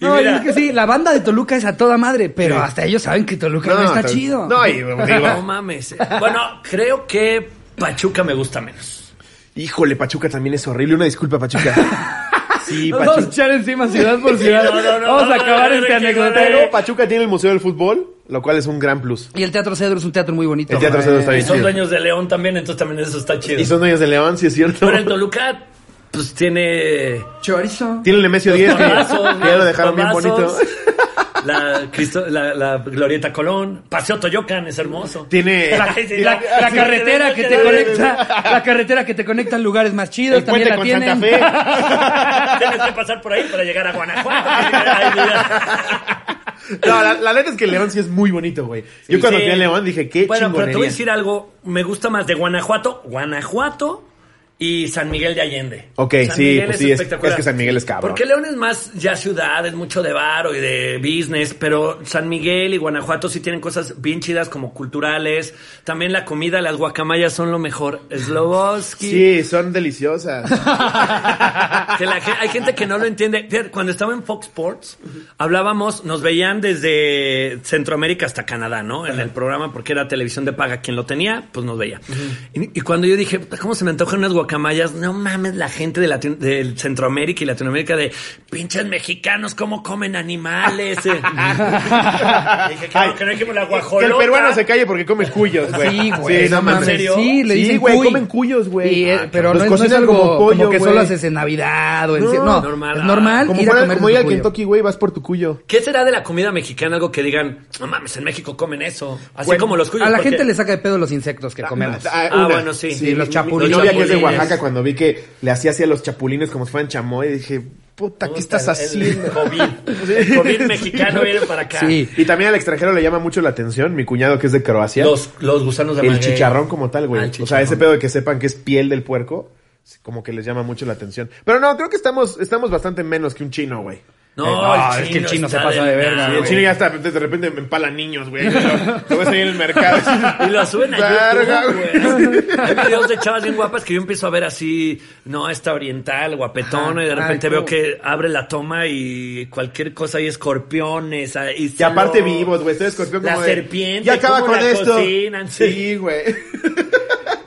Y
No, y
mira.
es que sí, la banda de Toluca es a toda madre, pero hasta ellos saben que Toluca no, está
Tol-
chido.
No, y
No
digo,
mames. eh. Bueno, creo que Pachuca me gusta menos.
híjole, Pachuca también es horrible. Una disculpa,
*laughs*
Pachuca. Sí,
Nos vamos a
Pachuca.
echar encima ciudad por ciudad.
No, no, no,
Vamos a
no,
acabar
no,
este
no, no,
anecdotero.
Pero Pachuca tiene el Museo del Fútbol, lo cual es un gran plus.
Y el Teatro Cedro es un teatro muy bonito.
El Teatro
güey.
Cedro está
Y
bien
son
chido.
dueños de León también, entonces también eso está chido.
Y son dueños de León, sí es cierto.
Pero el Toluca, pues tiene.
Chorizo.
Tiene el Nemesio 10, que
Torrazos,
que ya lo dejaron bien bonito.
torrazos, La, Cristo- la, la Glorieta Colón. Paseo Toyocan es hermoso.
Tiene
La, la- la carretera que te conecta, la carretera que te conecta a lugares más chidos
el
también
puente
la
con
tienen.
Santa Fe.
Tienes que pasar por ahí para llegar a Guanajuato. Ay, mira. *laughs*
No, la, la neta es que León sí es muy bonito, güey. Yo cuando
Sí.
fui a León dije, qué
Bueno, pero te voy a
chingonería.
decir algo. Me gusta más de Guanajuato, Guanajuato y San Miguel de Allende.
Ok,
San
sí,
Miguel
pues sí, es-
espectacular.
es que San Miguel es cabrón.
Porque León es más ya ciudad, es mucho de bar y de business, pero San Miguel y Guanajuato sí tienen cosas bien chidas como culturales. También la comida, las guacamayas son lo mejor. Sloboski.
Sí, son deliciosas.
*laughs*
*laughs*
Que la gen- hay gente que no lo entiende. Fíjate, Cuando estaba en Fox Sports, hablábamos, nos veían desde Centroamérica hasta Canadá, ¿no? En el programa, porque era televisión de paga. Quien lo tenía, pues nos veía. y, y cuando yo dije, "Puta, ¿cómo se me antojan unas guacamayas? No mames, la gente de, Latino- de Centroamérica y Latinoamérica de pinches mexicanos, ¿cómo
*laughs*
comen animales? eh?" dije, claro, que no dijimos la
Que
guajolota.
el peruano se calle porque come cuyos, güey.
Sí, güey.
Sí, no mames.
mames. Sí, le
Sí,
dicen
güey,
cuy.
comen cuyos, güey.
Y, eh,
Ah,
pero
los
no, es- no es
cocinan
algo
como
como,
pollo,
que
güey.
solo haces en Navidad o en...
No, Ah,
cier- No,
normal.
es normal
Como,
ir a
fuera-
comer
como ir al
cuyo.
Kentucky, güey, vas por tu cuyo.
¿Qué será de la comida mexicana algo que digan, no mames, en México comen eso? Así
Bueno,
como los cuyos.
A la
porque-
gente le saca de pedo los insectos que comemos.
Ah,
Ah,
una.
bueno, sí. Sí,
los
mi-
chapulines.
Mi novia que es de
Chapulines.
Oaxaca, cuando vi que le hacía así a los chapulines como si fueran chamoy, dije, puta, ¿qué estás haciendo? *laughs*
El COVID. El COVID mexicano viene para acá.
Sí.
Y también al extranjero le llama mucho la atención, mi cuñado que es de Croacia.
Los, los gusanos de
el
maguey.
chicharrón como tal,
Ah,
güey.
el
o sea,
chicharrón.
ese pedo de que sepan que es piel del puerco, como que les llama mucho la atención. Pero no, creo que estamos, estamos bastante menos que un chino, güey.
No,
Eh, no,
el
es que el chino se
está
pasa de verga,
nada,
Y el
güey.
chino ya está, de de repente me empala niños, güey. Te voy a salir en el mercado.
*laughs* Y lo suben a
Verga,
YouTube,
güey.
güey. *laughs* Hay videos de chavas bien guapas que yo empiezo a ver así, no, esta oriental, guapetona, y de
Ajá.
repente
Ay,
veo
¿cómo?
que abre la toma y cualquier cosa hay escorpiones. Y,
Y aparte vivos, güey. Estoy escorpión como
La
de,
serpiente.
Ya acaba
¿cómo
con
la
esto.
cocinan? Sí.
Sí, güey.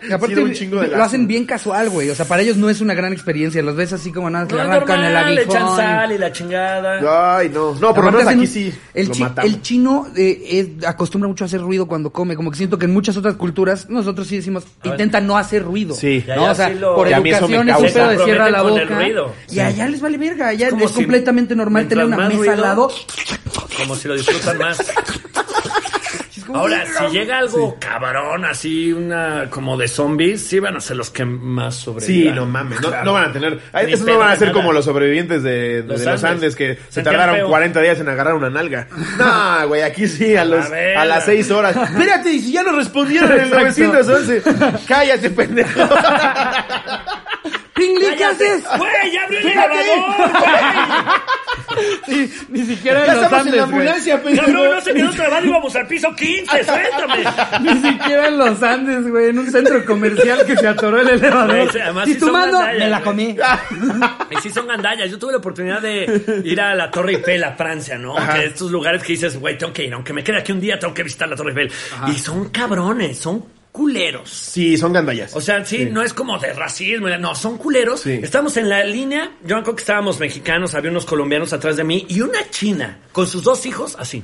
Y aparte
Sí, da un chingo de
lo
lazo.
hacen bien casual, güey. O sea, para ellos no es una gran experiencia. Los ves así como nada,
No,
le
es
arrancan el
normal, le echan
aguijón.
sal y la chingada.
Ay, no. No, por lo
Aparte
menos
hacen
aquí
un-
sí.
El,
lo
chi-
matamos.
el chino eh, eh, acostumbra mucho a hacer ruido cuando come. Como que siento que en muchas otras culturas nosotros sí decimos,
ver.
intenta no hacer ruido.
Sí.
¿no?
Y allá
o sea,
sí lo-
por
Y a mí eso
educación
me
es un
causa.
pedo de
Se
cierra la
comprometen
boca.
con el ruido.
Y allá les vale verga. Ya
como
es
si-
completamente normal tener
mientras
una
más
mesa al
ruido-
lado.
Como si lo disfrutan más. *laughs* Ahora, si llega algo cabrón, así una como de zombies, sí van a ser los que más
Sí,
sobrevivan.
no mames, no,
Claro.
no van a tener,
Ni
esos
pedo
no van a
ni
ser
nada.
como los sobrevivientes de, de- de
Los
los,
Andes.
Andes que se
Sentían
tardaron
feo.
40 días en agarrar una nalga. *laughs* No, güey, aquí sí, a, los,
verga.
a las 6 horas. Espérate, y si ya no respondieron en el 911, cállate, pendejo.
Pingli, ¿qué
¡Cállate!
haces?
¡Güey, ya abrió el
Espérate.
*laughs*
grabador, güey!
Sí, ni siquiera
Ya
en los
estamos en la
Andes, güey.
ambulancia, pendejo.
Cabrón, no se quedó trabajo y vamos al piso 15,
*laughs*
suéltame.
*laughs* Ni siquiera en los Andes, güey. En un centro comercial que se atoró el elevador.
Güey, se- además
y
sí
tu
son
mano,
gandallas,
me la
güey.
comí. *laughs*
Y sí son gandallas. Yo tuve la oportunidad de ir a la Torre Eiffel a Francia, ¿no?
Ajá.
Que estos lugares que dices, güey, tengo que ir, aunque me quede aquí un día, tengo que visitar la Torre Eiffel. Y son cabrones, son culeros.
*laughs* Sí, son gandallas.
O sea, sí, no es como de racismo, no, son culeros.
Sí.
Estamos en la línea, yo creo que estábamos mexicanos, había unos colombianos atrás de mí y una china con sus dos hijos
*laughs*
así.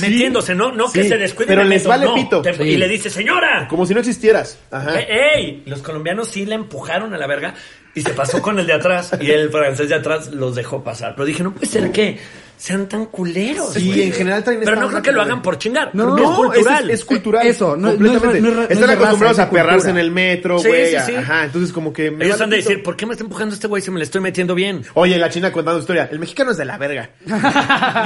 Metiéndose, ¿no? No que
Sí,
se descuiden.
pero
de
les
eso,
vale
no.
pito. Ah.
Te-
Sí.
Y le dice, señora,
como si no existieras. Ajá.
eh, ¡Ey! Los colombianos sí la empujaron a la verga y se pasó con el de atrás y el francés de atrás los dejó pasar. Pero dije, no puede ser que sean tan culeros.
Sí,
güey.
en general traen
Pero
esta
no
onda
creo que lo
como
hagan
de-
por chingar.
No,
No,
No,
es cultural.
Es, es cultural.
Eh, eso, no- no es-
completamente.
no es ra- no es de
Están
raza,
acostumbrados
es de
a perrarse
cultura.
en el metro,
Sí,
güey.
sí, sí.
Ajá, entonces como que... me
Ellos
vale
han de
pito.
decir, ¿por qué me está empujando este güey si me le estoy metiendo bien?
Oye, la china contando historia. El mexicano es de la *laughs* verga.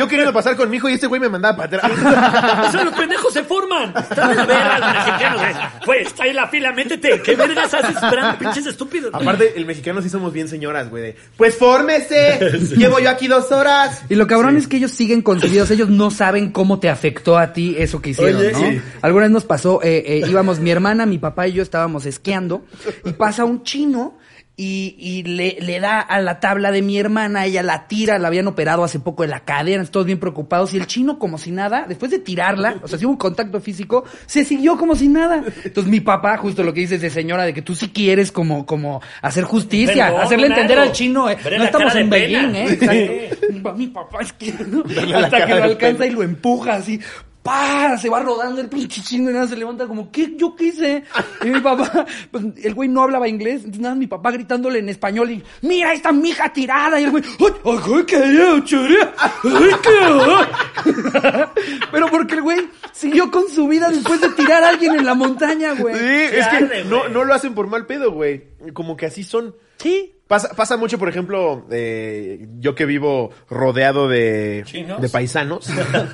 Yo queriendo pasar con mi hijo y este güey me mandaba para atrás.
Eso los pendejos se forman. Están de la verga los mexicanos. güey. Güey, está ahí la fila, métete. ¿Qué vergas haces esperando, pinches
*laughs*
estúpidos?
Aparte, el mexicano sí somos bien señoras, güey. de, Pues *laughs* fórmese. Llevo yo aquí dos horas.
Y lo cabrón es que ellos siguen con sus videos, ellos no saben cómo te afectó a ti eso que hicieron,
Oye,
¿no?
sí.
Alguna vez nos pasó, eh, eh, íbamos mi hermana, mi papá y yo estábamos esquiando y pasa un chino y, y le, le da a la tabla de mi hermana, ella la tira, la habían operado hace poco de la cadera, todos bien preocupados y el chino como si nada, después de tirarla, o sea, si hubo un contacto físico, se siguió como si nada. Entonces mi papá, justo lo que dices de señora, de que tú sí quieres como, como hacer justicia,
Perdón,
hacerle entender
claro.
al chino, eh,
Verle
no
la
estamos
cara
en
de
Beijing,
pena.
eh, Exacto. Mi pa- Mi papá es que ¿no?
la
hasta que
cara
lo
de
alcanza
pena.
y lo empuja así. ¡Pah! Se va rodando el pinche chino y nada se levanta como, ¿qué yo quise? Y mi papá, pues, el güey no hablaba inglés, entonces nada, mi papá gritándole en español y, mira esta mija tirada. Y el güey, ¡ay, ay, ay, qué ay, chorrea! ¡Ay, qué ay! *laughs* Pero porque el güey siguió con su vida después de tirar a alguien en la montaña,
Sí,
güey.
es
arde,
que no,
güey.
no lo hacen por mal pedo, güey. Como que así son.
Sí.
Pasa, pasa mucho, por ejemplo, eh, yo que vivo rodeado de,
¿Chinos?
de paisanos. *laughs*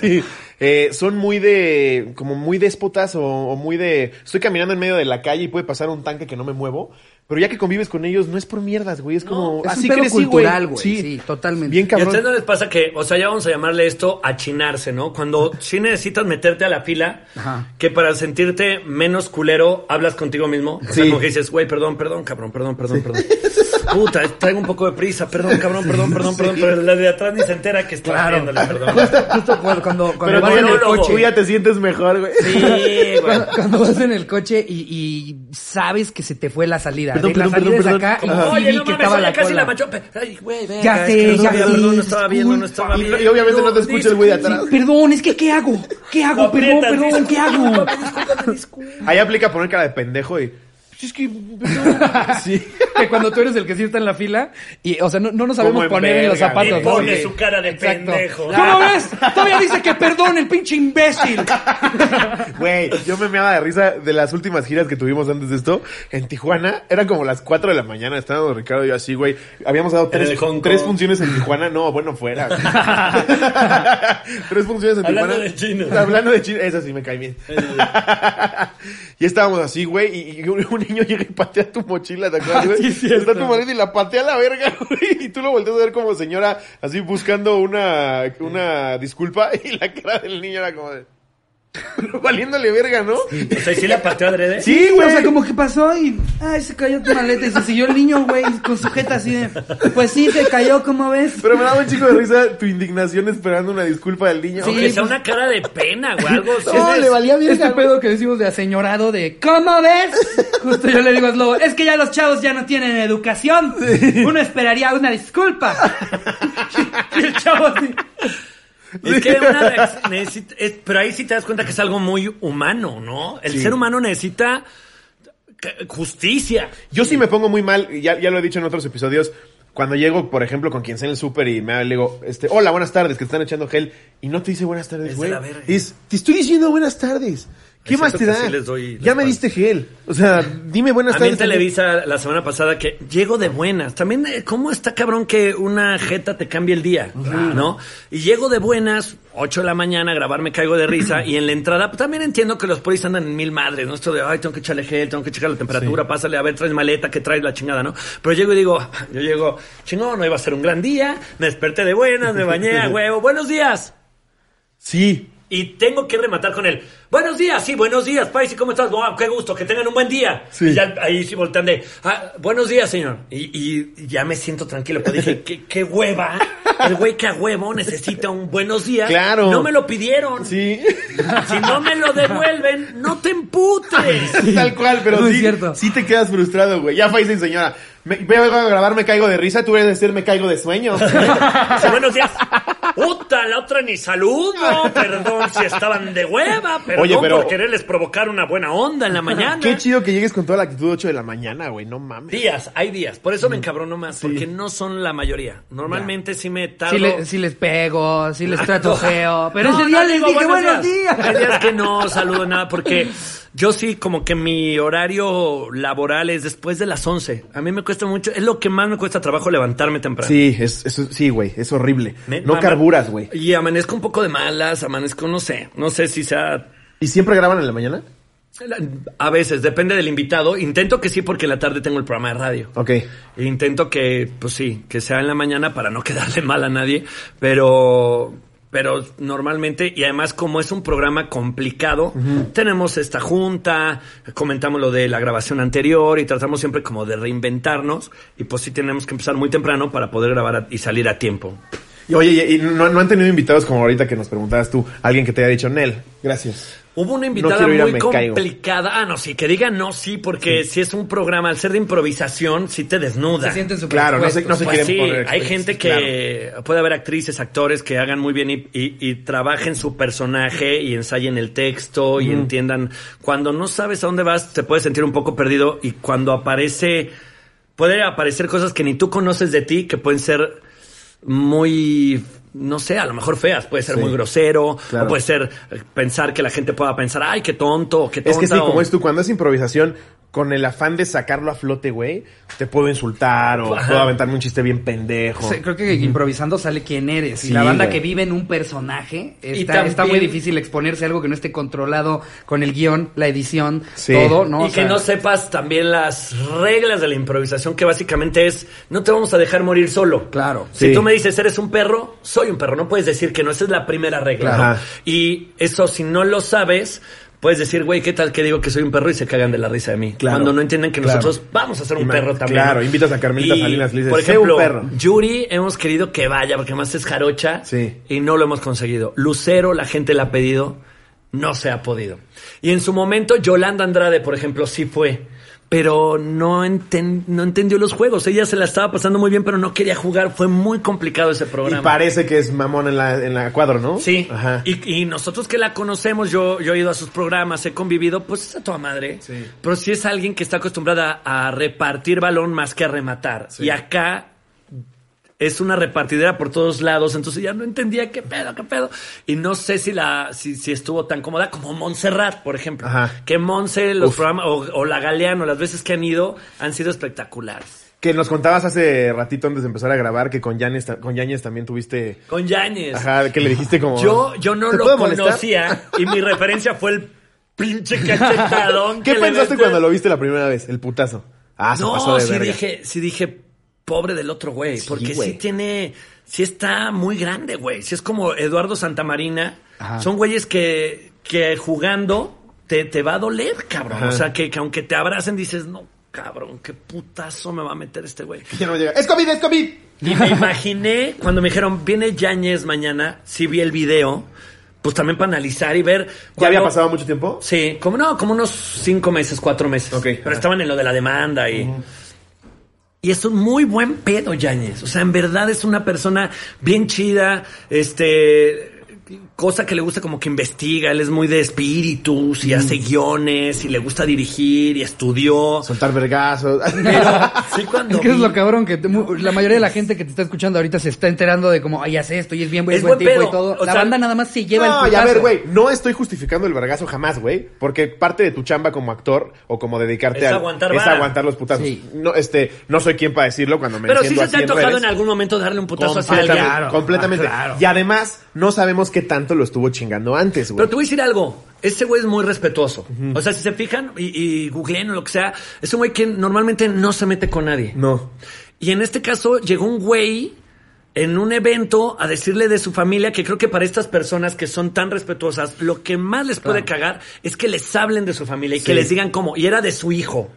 sí. Eh, son muy de, como muy déspotas o, o muy de, estoy caminando en medio de la calle y puede pasar un tanque que no me muevo. Pero ya que convives con ellos, no es por mierdas, güey. Es como,
Es
así
un pedo
crecí,
cultural, güey. Sí. totalmente.
Bien
¿Y a ustedes no
cabrón.
les pasa que, o sea, ya vamos a llamarle esto achinarse, ¿no? Cuando sí necesitas meterte a la fila,
Ajá.
que para sentirte menos culero hablas contigo mismo. O sea,
Sí.
como que dices, güey, perdón, perdón, cabrón, perdón, perdón, perdón. Puta, traigo un poco de prisa, perdón, cabrón, perdón, perdón, perdón. Pero la de atrás ni se entera que está
Claro.
haciéndole, perdón.
*laughs*
Justo cuando, cuando, cuando
Pero
vas
tú
en
ya-
el
monólogo.
coche.
Tú ya te sientes mejor, güey.
Sí, güey.
cuando, cuando vas en el coche y, y sabes que se te fue la salida.
Perdón,
De la
perdón,
salida
perdón,
es acá
perdón.
y
Ajá.
sí
Oye,
vi
no
que
mames,
estaba
oye,
la
casi la
cola.
macho. Ay, güey, venga,
Ya
es que
sé, ya
no sabía,
sé,
perdón, no estaba viendo, no estaba
disculpa.
*laughs*
viendo.
Y obviamente no te escucha el güey de atrás.
Perdón, es que ¿qué hago? ¿Qué hago?
Lo
perdón,
aprietas,
perdón, ¿qué
*laughs*
hago?
Discúlpame,
*laughs*
discúlpame, discúlpame.
Ahí aplica poner cara de pendejo y... "Pues Es que... Sí.
que cuando tú eres el que sí está en la fila y, o sea, no, no nos
Como
sabemos
en
poner en los
verga,
zapatos.
güey.
¿no?
Pone
Sí.
su cara de pendejo.
¿Cómo ves? Todavía dice que perdón, el pinche imbécil.
Güey, yo me meaba de risa de las últimas giras que tuvimos antes de esto. En Tijuana, eran como las 4 de la mañana, estábamos Ricardo y yo así, güey. Habíamos dado tres,
el Hong Kong.
tres funciones en Tijuana. No, bueno,
*laughs*
fuera. *laughs* güey. tres funciones en
Hablando
Tijuana.
de chinos.
Hablando de chinos. Esa sí me cae bien. y estábamos así, güey, y, y un, un niño llega y patea tu mochila, ¿te acuerdas, güey?
Ah, sí, es cierto.
Está tu maleta y la patea a la verga, *laughs* güey. Y tú lo volteas a ver como señora, así buscando una, una disculpa. *laughs* Y la cara del niño era como de... *laughs* Valiéndole verga, ¿no?
O sea, Pues ¿sí la pateó adrede?
Sí, güey.
O sea, como que pasó y. Ay, se cayó tu maleta. Y se siguió el niño, güey, con sujeta así de. Pues sí, se cayó, ¿cómo ves?
Pero me daba un chico de risa tu indignación esperando una disculpa del niño.
Sí.
*laughs*
Aunque sea una cara de pena o algo. sí,
No,
es-
le valía bien.
Este pedo que decimos de aseñorado de ¿Cómo ves? Justo yo le digo a Slobo, es que ya los chavos ya no tienen educación. Uno esperaría una disculpa. Y el chavo así.
Es que una reacc- necesita- es- pero ahí sí te das cuenta que es algo muy humano, ¿no? El ser humano necesita ca- justicia.
Yo sí me pongo muy mal, y ya, ya lo he dicho en otros episodios. Cuando llego, por ejemplo, con quien sea en el súper y me habla, le digo, este, hola, buenas tardes, que te están echando gel, y no te dice buenas tardes,
Es de
güey.
la verga.
Es, te estoy diciendo buenas tardes. ¿Qué más
Excepto
te
que
da?
sí les doy la
ya me
espalda.
diste gel. O sea, dime buenas
A mí en
tardes.
Televisa la semana pasada que llego de buenas. También, eh, ¿cómo está cabrón que una jeta te cambie el día? ¿No? Y llego de buenas, 8 de la mañana, a grabar me caigo de risa. y en la entrada, pues, también entiendo que los polis andan en mil madres, ¿no? Esto de, ay, tengo que echarle gel, tengo que checar la temperatura, pásale, a ver, traes maleta, que traes la chingada, ¿no? Pero llego y digo, *laughs* yo llego, chingón, no iba a ser un gran día, me desperté de buenas,
*laughs*
me bañé a huevo, buenos días.
Sí.
Y tengo que rematar con él. Buenos días, sí, buenos días, Paisy, ¿cómo estás? Wow, qué gusto, que tengan un buen día.
Sí.
Y ya ahí sí voltean de, "Ah, buenos días, señor. Y, y ya me siento tranquilo,
*laughs*
pero dije, qué, qué hueva. El güey que a huevo necesita un buenos días.
Claro.
No me lo pidieron.
Sí. *laughs*
Si no me lo devuelven, no te emputes.
Tal cual, pero
No es
sí,
cierto.
sí te quedas frustrado, güey. Ya Faisy, señora. Me, veo algo a grabar, me caigo de risa, tú eres decir, me caigo de
*laughs*
sueño.
Dice, buenos días. Puta, la otra ni saludo. Perdón si estaban de hueva. Perdón
Oye, pero-
por quererles provocar una buena onda en la mañana.
Qué chido que llegues con toda la actitud 8 de la mañana, güey. No mames.
Días, hay días. Por eso me
Mm.
encabrono más, porque no son la mayoría. Normalmente sí me tardo.
Si, le- si les pego, si les trato feo. Pero
No,
ese
no
día les
digo
dije buenos días.
Hay días que no saludo nada, porque yo sí, como que mi horario laboral es después de las 11. A mí me cuesta mucho, es lo que más me cuesta trabajo levantarme temprano.
Sí, es, eso- sí, güey. Es horrible.
Me-
no
ama-
carburas, güey.
Y amanezco un poco de malas, amanezco, no sé, no sé si sea
¿Y siempre graban en la mañana?
A veces, depende del invitado. Intento que sí, porque en la tarde tengo el programa de radio.
Ok.
E Intento que, pues sí, que sea en la mañana para no *laughs* quedarle mal a nadie. Pero, pero normalmente, y además como es un programa complicado, tenemos esta junta, comentamos lo de la grabación anterior y tratamos siempre como de reinventarnos. Y pues sí tenemos que empezar muy temprano para poder grabar a- y salir a tiempo.
Y, oye, y, y no, no han tenido invitados como ahorita que nos preguntabas tú. Alguien que te haya dicho, Nel, gracias.
Hubo una invitada
quiero ir a
muy
Me Caigo.
complicada. Ah, no, sí, que diga no, sí, porque si es un programa, al ser de improvisación, sí te desnuda.
Se sienten súper
Claro, no sé- no
expuestos.
sé
Pues
quieren
sí,
poner
hay
expuestos,
gente que puede haber actrices, actores que hagan muy bien y, y- y trabajen su personaje y ensayen el texto y entiendan. Cuando no sabes a dónde vas, te puedes sentir un poco perdido y cuando aparece, puede aparecer cosas que ni tú conoces de ti que pueden ser muy, no sé, a lo mejor feas. Puede ser
Sí.
muy grosero
Claro.
o puede ser eh, pensar que la gente pueda pensar, ay, qué tonto, o qué
Es
tonta.
que sí,
o-
como es tú, cuando es improvisación, con el afán de sacarlo a flote, güey, te puedo insultar o
Ajá.
puedo aventarme un chiste bien pendejo.
Sí, creo que improvisando sale quién eres. y
Sí,
la banda
güey.
que vive en un personaje
Y
está, está muy
también-
difícil exponerse a algo que no esté controlado con el guión, la edición,
Sí.
todo, ¿no?
y
O
que
sea,
no sepas también las reglas de la improvisación, que básicamente es, no te vamos a dejar morir solo.
Claro.
Si
Sí.
tú me dices, eres un perro, soy un perro. No puedes decir que no, esa es la primera regla.
Claro.
¿no? Y eso, si no lo sabes, puedes decir, güey, ¿qué tal que digo que soy un perro y se cagan de la risa de mí?
Claro.
Cuando no entienden que
Claro.
nosotros vamos a ser un
Ima-
perro también.
claro,
¿no?
invitas a Carmelita Salinas, le dices,
por
"Sé
ejemplo,
un perro".
Yuri hemos querido que vaya, porque más es jarocha.
Sí.
Y no lo hemos conseguido. Lucero, la gente la ha pedido, no se ha podido. Y en su momento, Yolanda Andrade, por ejemplo, sí fue. Pero no, enten- no entendió los juegos. Ella se la estaba pasando muy bien, pero no quería jugar. Fue muy complicado ese
Y
programa.
parece que es mamón en la, en la cuadro, ¿no?
Sí.
Ajá.
Y, y nosotros que la conocemos, yo, yo he ido a sus programas, he convivido, pues es a toda madre.
Sí.
Pero sí es alguien que está acostumbrada a repartir balón más que a rematar.
Sí.
Y acá es una repartidera por todos lados, entonces ya no entendía qué pedo, qué pedo. Y no sé si la, si, si estuvo tan cómoda como Montserrat, por ejemplo.
Ajá.
Que Monse, los
Uf.
programas, o, o la Galeano, las veces que han ido, han sido espectaculares.
Que nos contabas hace ratito antes de empezar a grabar que con Yanes, ta- con Yañez también tuviste...
Con Yáñez.
Ajá, que le dijiste como...
Yo, yo no
¿te
lo
puedo molestar?
conocía y mi referencia fue el pinche *laughs* cachetadón.
¿Qué
que le
pensaste
metí.
cuando lo viste la primera vez? El putazo. Ah, se pasó
No,
de
sí
verga.
dije, sí dije, pobre del otro güey,
Sí,
porque
güey.
sí tiene, sí está muy grande, güey. Sí es como Eduardo Santamarina.
Ajá.
Son güeyes que, que jugando te, te va a doler, cabrón.
Ajá.
O sea, que, que aunque te abracen dices, no, cabrón, qué putazo me va a meter este *laughs* güey.
Ya no llega. ¡Es COVID, es COVID!
Y me imaginé cuando me dijeron, viene Yáñez mañana, sí vi el video, pues también para analizar y ver.
¿Ya había
cuando-
pasado mucho tiempo?
Sí, como no, como unos cinco meses, cuatro meses.
Ok,
Pero
ajá.
estaban en lo de la demanda y. Y es un muy buen pedo, Yáñez. O sea, en verdad es una persona bien chida, este. cosa que le gusta como que investiga, él es muy de espíritus y
Mm.
hace guiones y le gusta dirigir y estudió.
Soltar vergazos. *laughs*
Pero sí cuando
Es que es
vi-
lo cabrón que te- mu- la mayoría de la gente que te está escuchando ahorita se está enterando de cómo, ay, hace esto y es bien buen,
Es
buen
buen
tipo
pedo.
y todo.
O
la
sea,
banda nada más se lleva
no,
el
y a
putazo.
ver, güey, no estoy justificando el vergazo jamás, güey, porque parte de tu chamba como actor o como dedicarte
Es
a
aguantar
es
vara.
aguantar los putazos.
Sí.
No, este, no soy quien para decirlo cuando me
Pero sí
enciendo
se te ha
así en
tocado
redes.
en algún momento darle un putazo hacia
Completamente,
alguien. Ah,
completamente. Y además, no sabemos qué tanto lo estuvo chingando antes, güey.
Pero te voy a decir algo. Ese güey es muy respetuoso. O sea, si se fijan y, y googleen o lo que sea, es un güey que normalmente no se mete con nadie.
No.
Y en este caso llegó un güey en un evento a decirle de su familia que creo que para estas personas que son tan respetuosas, lo que más les puede cagar es que les hablen de su familia y que
Sí.
les digan cómo. Y era de su hijo.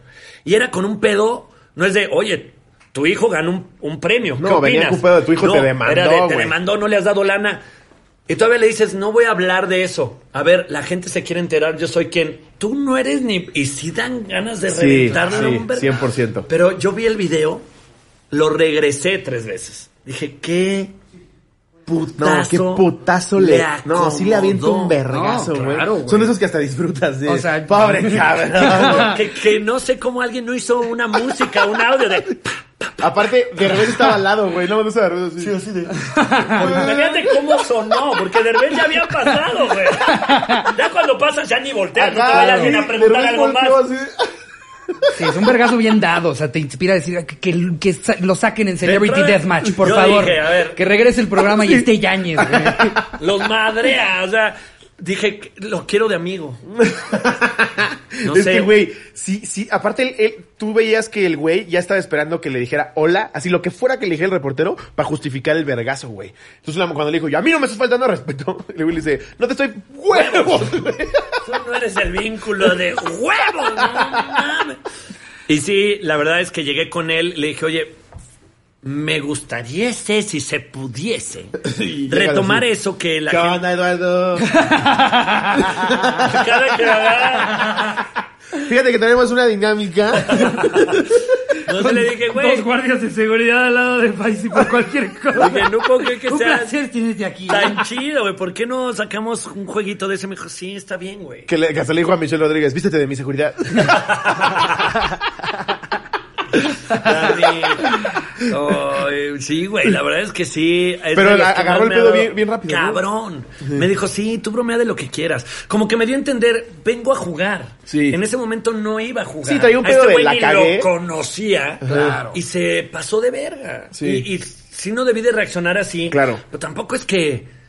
Y era con un pedo, no es de, oye, tu hijo ganó un, un premio.
No,
¿Qué
venía
opinas?".
con pedo de tu hijo,
No,
te demandó,
Era de, te
güey.
demandó, no le has dado lana. Y todavía le dices, no voy a hablar de eso. A ver, la gente se quiere enterar, yo soy quien. Tú no eres ni... Y si dan ganas de
Sí,
reventarle
sí,
un verga-
100%.
Pero yo vi el video, lo regresé tres veces. Dije, ¿qué?
No, qué putazo le. no, sí le aviento un vergazo,
No,
güey.
claro, güey.
Son de esos que hasta disfrutas, de.
O sea,
pobre cabrón.
*laughs* que, que no sé cómo alguien no hizo una música, un audio de... pa, pa, pa.
Aparte, de repente estaba al lado, güey. No me gusta de repente así. *laughs*
Imagínate cómo sonó, porque de repente ya había pasado, güey. Ya cuando pasas ya ni volteas, no te vaya alguien a preguntar algo más.
Sí, es un vergazo bien dado. O sea, te inspira a decir que, que- que sa- lo saquen en Celebrity
entrada-
Deathmatch, por
Yo
favor.
dije, a ver.
Que regrese el programa y esté Yañez, güey.
*laughs* Los madrea, o sea, dije, lo quiero de amigo. No
es
sé.
que, güey, sí, sí. Aparte, él- él- tú veías que el güey ya estaba esperando que le dijera hola, así lo que fuera que le dijera el reportero, para justificar el vergazo, güey. Entonces, la- cuando le dijo, yo, a mí no me estás faltando al respeto, *laughs* el güey le dice, no te estoy huevos, güey.
Tú no eres el vínculo de huevos, no mames. Y sí, la verdad es que llegué con él, le dije, oye, me gustaría ese, si se pudiese
*laughs* Y llega
retomar
así.
eso que la
¿Qué
gente
onda, Eduardo?
cada
*laughs*
que haga.
Fíjate que tenemos una dinámica.
Entonces le dije, güey,
guardias de seguridad al lado de Faisy por cualquier cosa.
Oye, no puedo creer que
un
sea-
placer tenerte aquí.
tan chido, güey, ¿por qué no sacamos un jueguito de ese? Me dijo, sí, está bien, güey.
que, le, que hasta le dijo a Michelle Rodríguez, vístete de mi seguridad.
Está bien. Ay, sí, güey, la verdad es que sí. Es
Pero
de los
a-
que
agarró el
más me
pedo
ha dado-
bien- bien rápido, ¿no?
Cabrón. Me dijo, sí, tú bromea de lo que quieras. Como que me dio a entender, vengo a jugar.
Sí.
En ese momento no iba a jugar.
Sí, traía un
A
pedo
este
de
güey
la
ni
cagué.
lo conocía.
Claro.
Y se pasó de verga.
Sí.
Y, y sí no debí de reaccionar así.
Claro.
Pero tampoco es que...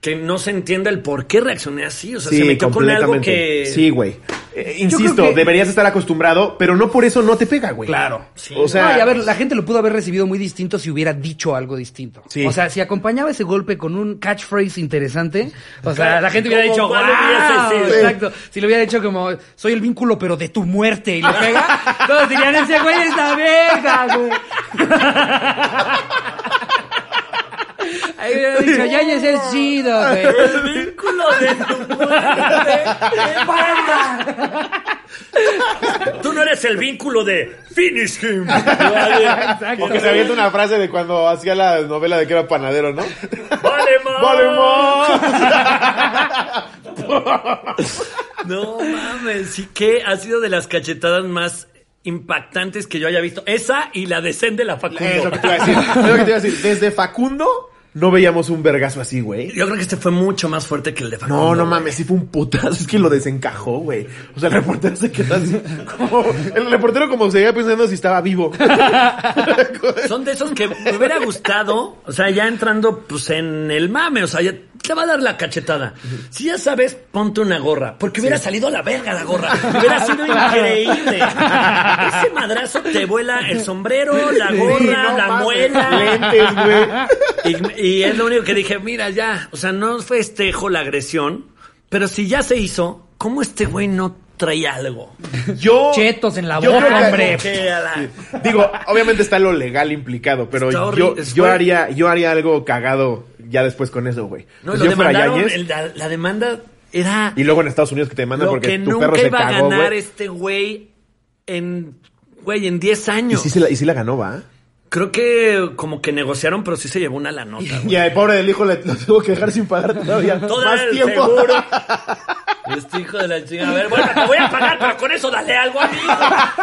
Que no se entienda el por qué reaccioné así. O sea,
Sí,
se metió con algo
completamente.
que.
Sí, güey. Eh, insisto,
creo que-
deberías estar acostumbrado, pero no por eso no te pega, güey.
Claro.
Sí.
O sea,
No, y a ver, la gente lo pudo haber recibido muy distinto si hubiera dicho algo distinto.
Sí.
O sea, si acompañaba ese golpe con un catchphrase interesante, o sea,
Claro,
la gente hubiera
como
dicho,
cuál
wow,
hubiese sido.
*laughs* exacto. Si le hubiera dicho como, soy el vínculo, pero de tu muerte, y le pega,
*laughs*
todos dirían, ese güey es la verga, güey. Ahí hubiera dicho, ya ya es chido, güey.
El *laughs* vínculo de tu muerte. ¡Qué banda! Tú no eres el vínculo de Finish Him. Vale,
Exacto.
o que se avienta una frase de cuando hacía la novela de que era panadero, ¿no?
vale, ma.
¡Vale, mo!
No mames, sí que ha sido de las cachetadas más impactantes que yo haya visto. Esa y la de Zen de la
Es
Facundo.
lo que te iba a decir. Es lo que te iba a decir. Desde Facundo no veíamos un vergazo así, güey.
Yo creo que este fue mucho más fuerte que el de Facundo.
No, no
güey.
mames, sí fue un putazo. Es que lo desencajó, güey. O sea, el reportero se quedó así. como- el reportero como seguía pensando si estaba vivo.
Son de esos que me hubiera gustado, o sea, ya entrando pues en el mame, o sea, ya te va a dar la cachetada. Si ya sabes, ponte una gorra, porque hubiera salido a la verga la gorra. Hubiera
*laughs*
sido increíble. Ese madrazo te vuela el sombrero, la gorra,
Sí, no
la
mames,
muela.
Lentes, güey.
Y, y es lo único que dije, mira, ya, o sea, no festejo la agresión, pero si ya se hizo, ¿cómo este güey no trae algo?
Yo.
Chetos en la
yo creo
boca,
que-
hombre.
Que a la-
Digo, obviamente está lo legal implicado, pero
Está
yo,
horrible,
yo
fue-
haría, yo haría algo cagado ya después con eso, güey.
No,
Si
lo
Pues yo fuera
demandaron,
Yáñez,
el- la, la demanda era...
y luego en Estados Unidos que te mandan
Lo
porque
que
tu
nunca
perro se
iba a
cagó,
ganar
güey.
este güey en güey en 10
Y
años.
sí, se la, y sí la ganó, ¿va?
Creo que como que negociaron, pero sí se llevó una la nota,
*laughs*
güey.
Y al pobre del hijo le, lo tengo que dejar sin pagar
*laughs*
todavía.
Todo
más
el
tiempo.
seguro. Este hijo de la chica. A ver, bueno, te voy a pagar, pero con eso dale algo a mí. hijo.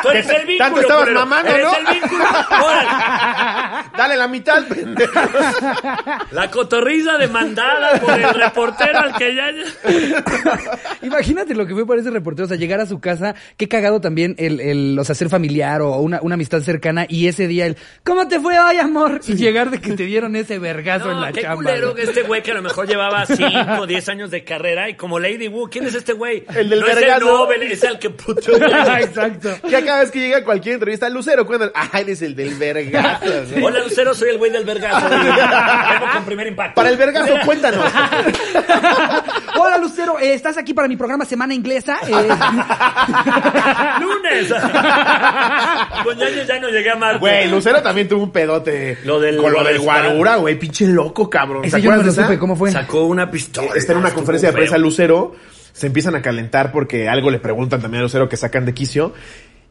Tú eres el vínculo.
Tanto estabas
culero.
mamando,
Eres
¿no?
el vínculo. Órale.
*laughs* Dale la mitad, pendejo.
La cotorriza demandada por el reportero al que ya.
*laughs* Imagínate lo que fue para ese reportero, o sea, llegar a su casa, qué cagado también el, el o sea, ser familiar o una, una amistad cercana y ese día el, ¿cómo te fue hoy, amor? Y llegar de que te dieron ese vergazo en la
qué
chamba.
culero
güey.
que este güey que a lo mejor llevaba 5 o 10 años de carrera y como Lady Wu, ¿quién es este güey?
El del
no es el
vergazo.
Nobel, es el que
*laughs*
puto.
Exacto.
Que cada vez que llega a cualquier entrevista, Lucero, cuéntale. Ah, eres el del vergazo. güey.
Hola Lucero, soy el güey del vergazo. Vengo con primer impacto.
Para el vergazo,
*laughs*
cuéntanos.
Hola, Lucero, eh, ¿estás aquí para mi programa Semana Inglesa? Eh,
*laughs* ¡Lunes! *laughs* Con Yañez ya no llegué a martes.
Güey, Lucero también tuvo un pedote.
Lo del-
con lo,
lo
del
del
guarura, güey. Pinche loco,
*laughs*
cabrón.
Ese yo no lo supe, ¿cómo fue?
Sacó una pistola.
Está en una
Estuvo
conferencia de
feo.
prensa Lucero, se empiezan a calentar porque algo le preguntan también a Lucero que sacan de quicio.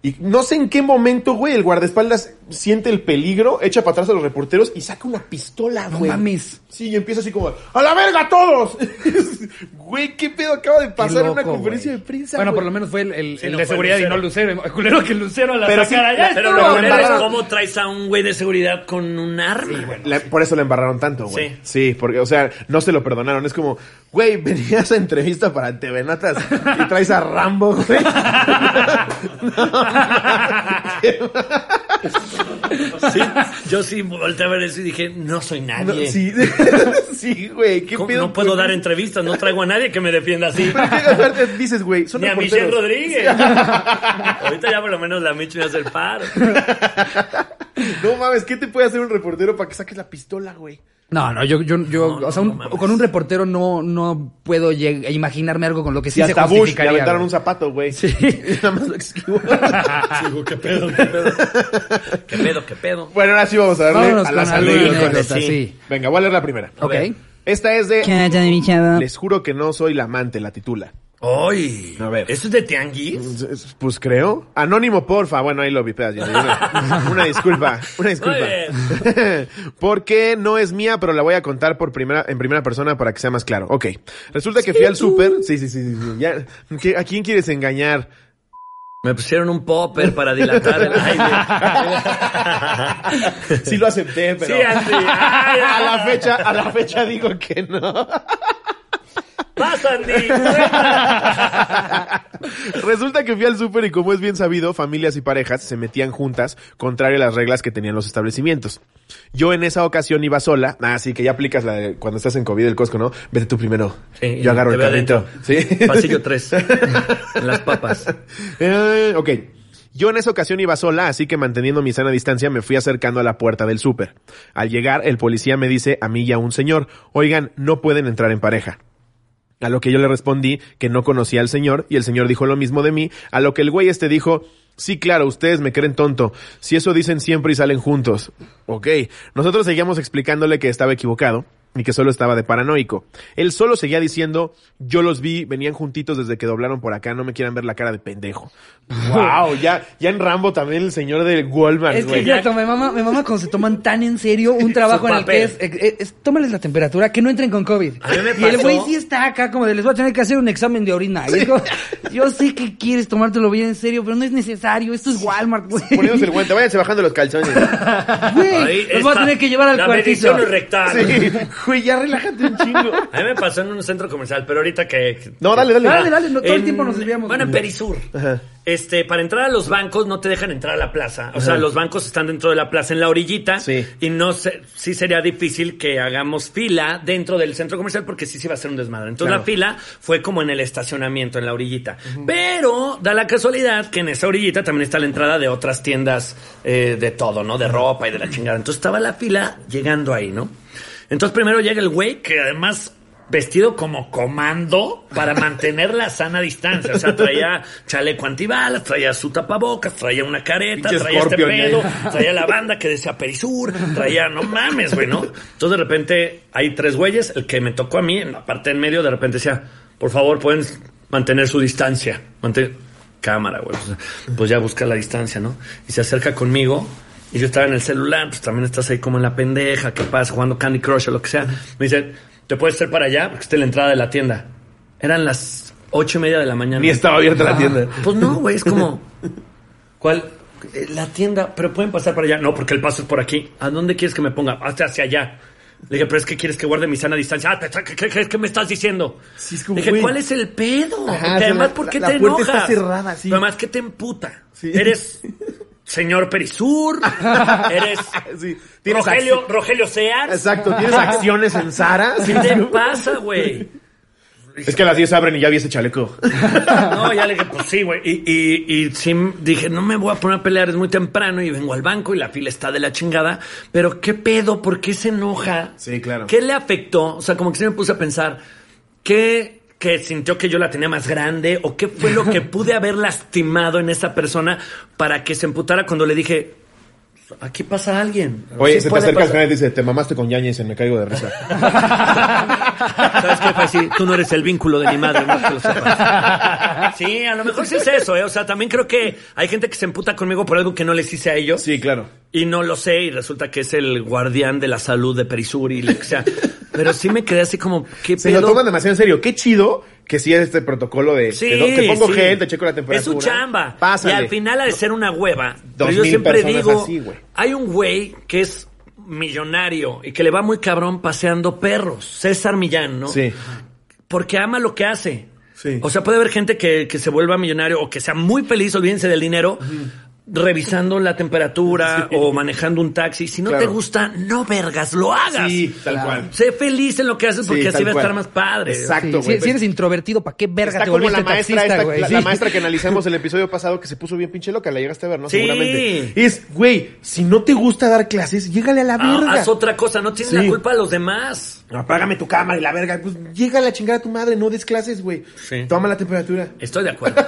Y no sé en qué momento, güey, el guardaespaldas siente el peligro, echa para atrás a los reporteros y saca una pistola, güey.
mames.
Sí, y empieza así como, ¡a la verga todos! *laughs* güey, ¿qué pedo acaba de pasar en una
loco,
conferencia
güey.
de prensa?
bueno,
güey?
por lo menos fue el, el- el
no
de
fue
seguridad
Lucero.
y no Lucero. El culero que Lucero a la
Pero
sacara.
sí,
ya
Pero
estuvo.
lo
Pero
culero es
embarraron.
cómo traes a un güey de seguridad con un arma, güey.
La- por eso le embarraron tanto, güey.
Sí.
Sí. porque, o sea, no se lo perdonaron. Es como, güey, *laughs* venías a entrevista para TV Notas
*laughs*
y traes a Rambo, güey.
Sí, yo sí volteé a ver eso y dije, no soy
No, *laughs*
nadie.
sí, sí, güey. ¿qué
¿Cómo-
pedo
no puedo
con
dar
eso?
entrevistas, no traigo a nadie que me defienda
*laughs*
así.
Pero qué aparte dices, güey. Son
Ni a Michelle
*laughs*
reporteros.
Rodríguez. Ahorita ya por lo menos la Mitch me hace el paro.
No mames, ¿qué te puede hacer un reportero para que saques la pistola, güey?
No, no, yo, yo, yo
No,
o sea,
no
un-
mames.
con un reportero no, no puedo lleg- imaginarme algo con lo que sí
y
se
hasta Bush le
justificaría.
aventaron
güey.
un zapato, güey.
Sí.
*laughs* Nada más lo esquivó.
Digo, ¿qué pedo? ¿Qué
*laughs*
pedo? ¿Qué pedo? ¿Qué pedo?
bueno, ahora sí vamos a darle
Vámonos
a
con
las
alguna
anécdotas.
anécdota,
sí.
sí.
Venga, voy a leer la primera.
Ok.
ver.
Esta es de...
Chacha de mi chava.
Les juro que no soy la amante, la titula.
¡Ay!
A ver.
¿Eso es de tianguis?
Pues creo. Anónimo, porfa. Bueno, ahí lo vipeas. ya.
*laughs*
Una, una disculpa, una disculpa. *laughs* Porque no es mía, pero la voy a contar por primera, en primera persona para que sea más claro. Ok. Resulta que fui al súper. Sí, sí, sí, sí, sí, ya. ¿Qué- ¿A quién quieres engañar?
Me pusieron un popper para dilatar el aire.
*laughs* Sí lo acepté, pero... *laughs*
Sí,
*laughs*
así. Ay,
a
ay,
la fecha, a la fecha digo que no.
¡Pasa, Andy!
*laughs* Resulta que fui al súper y como es bien sabido, familias y parejas se metían juntas, contrario a las reglas que tenían los establecimientos. Yo en esa ocasión iba sola, ah, así que ya aplicas la de cuando estás en COVID del Costco, ¿no? Vete tú primero.
Sí,
Yo agarro
te
el
veo
carrito.
adentro.
Sí.
Pasillo
*laughs*
3. En las papas.
Eh, ok. Yo en esa ocasión iba sola, así que manteniendo mi sana distancia me fui acercando a la puerta del súper. Al llegar, el policía me dice a mí y a un señor, oigan, no pueden entrar en pareja. A lo que yo le respondí que no conocía al señor y el señor dijo lo mismo de mí, a lo que el güey este dijo, sí claro, ustedes me creen tonto, si eso dicen siempre y salen juntos. Ok, nosotros seguíamos explicándole que estaba equivocado y que solo estaba de paranoico. Él solo seguía diciendo, yo los vi, venían juntitos desde que doblaron por acá, no me quieran ver la cara
*laughs*
de pendejo. wow, ya, ya en Rambo también el señor de Walmart,
Es que
güey.
exacto, me mama, me mama cuando se toman tan en serio
*laughs*
un trabajo
Su
en el que es,
papel.
eh, eh, es- tómales la temperatura, que no entren con COVID.
A mí me
y el
pasó-
güey sí está acá como de les voy a tener que hacer un examen de orina. Y es como, yo sé que quieres tomártelo bien en serio, pero no es necesario, esto es Walmart, güey.
Poniéndose el guante, váyanse bajando los calzones.
*laughs* Güey, los voy a tener que llevar al
la
cuartito.
medición rectal.
Sí, güey, ya relájate un chingo.
A mí me pasó en un centro comercial, pero ahorita que...
No, dale, dale.
Dale, dale, no, todo el
En-
tiempo nos desviamos.
Bueno, en
güey.
Perisur.
Ajá.
Este, para entrar a los bancos no te dejan entrar a la plaza. O sea, los bancos están dentro de la plaza en la orillita.
Sí.
Y no sé, sí sería difícil que hagamos fila dentro del centro comercial porque sí se iba a hacer un desmadre. Entonces
Claro.
la fila fue como en el estacionamiento, en la orillita. Pero da la casualidad que en esa orillita también está la entrada de otras tiendas eh, de todo, ¿no? De ropa y de la chingada. Entonces estaba la fila llegando ahí, ¿no? Entonces primero llega el güey que además vestido como comando
*laughs*
para mantener la sana distancia. O sea, traía chaleco antibalas, traía su tapabocas, traía una careta,
Pinche
traía
Scorpion,
este
¿eh?
pedo, traía la banda que decía Perisur, traía, no mames, güey, ¿no? Entonces de repente hay tres güeyes, el que me tocó a mí, en la parte en medio, de repente decía, por favor, pueden mantener su pues distancia, mantener cámara, güey. O sea, Pues ya busca la distancia, ¿no? Y se acerca conmigo Y yo estaba en el celular, pues también estás ahí como en la pendeja, ¿qué pasa? Jugando Candy Crush o lo que sea. Me dicen, ¿te puedes hacer para allá? Porque está en la entrada de la tienda. Eran las ocho y media de la mañana.
Ni estaba abierta la tienda.
Pues no, güey, es como. ¿Cuál? Eh, La tienda, pero pueden pasar para allá. No, porque el paso es por aquí. ¿A dónde quieres que me ponga? Hasta hacia allá. Le dije, pero es que quieres que guarde mi sana distancia. Ah, ¿qué, qué, qué- qué me estás diciendo?
Sí, es como,
Le dije,
güey.
¿cuál es el pedo?
Ajá, o
Porque
sea,
además,
la-
¿por qué
la-
te
la puerta
enojas?
está cerrada, sí.
Pero además, ¿qué te emputa?
Sí.
Eres
*laughs*
señor Perisur, eres
Sí, tienes
Rogelio,
acci-
Rogelio Sears.
Exacto, tienes acciones en Sara.
¿Qué te pasa, güey?
Es que a las 10 abren y ya vi ese chaleco.
No, ya le dije, pues sí, güey. Y, y, y sí, dije, no me voy a poner a pelear, es muy temprano y vengo al banco y la fila está de la chingada. Pero qué pedo, ¿por qué se enoja?
Sí, claro.
¿Qué le afectó? O sea, como que sí me puse a pensar, ¿qué, que sintió que yo la tenía más grande? ¿O qué fue lo que pude haber lastimado en esa persona para que se emputara cuando le dije, "Pues, aquí pasa alguien?
Oye,
Sí
se te
puede
acerca el
pasar.
canal y te dice, te mamaste con Yañez y me caigo de risa.
¿Sabes qué, Faisy? Tú no eres el vínculo de mi madre, no que lo sepas. Sí, a lo mejor sí es eso, ¿eh? O sea, también creo que hay gente que se emputa conmigo por algo que no les hice a
*laughs*
ellos
Sí, claro.
y no lo sé y resulta que es el guardián de la salud de Perisur y lo que sea. Pero sí me quedé así como, ¿qué
Se lo
pedo?
toman demasiado en serio. Qué chido que sí es este protocolo de
Sí,
te, do- te pongo
sí.
gel, te checo la temperatura.
Es su chamba.
Pásale.
Y al final ha de ser una hueva.
Dos
Pero yo
mil
siempre
personas
digo,
así, güey.
hay un güey que es millonario y que le va muy cabrón paseando perros. César Millán, ¿no?
Sí.
porque ama lo que hace.
Sí.
O sea, puede haber gente que, que se vuelva millonario o que sea muy feliz, olvídense del dinero, revisando la temperatura o manejando un taxi. Si no
Claro.
te gusta, no vergas, lo hagas.
Sí, tal
Claro.
cual.
Sé feliz en lo que haces porque
Sí,
así
tal
va a
cual.
estar más padre.
Sí,
Exacto,
si-
güey.
si, eres introvertido, ¿para qué verga
Está
te
como
volviste
la maestra,
taxista,
esta-
güey?
la,
Sí.
la maestra que analizamos el episodio pasado que se puso bien pinche loca, la llegaste a ver, ¿no?
Sí.
Seguramente. Es, güey, si no te gusta dar clases, llégale a la
Ah,
verga.
haz otra cosa, no tienes
Sí.
la culpa a los demás.
Apágame tu cámara y la verga. Pues llega la chingada a tu madre, no des clases, güey.
Sí.
Toma la temperatura.
Estoy
*laughs*
de acuerdo.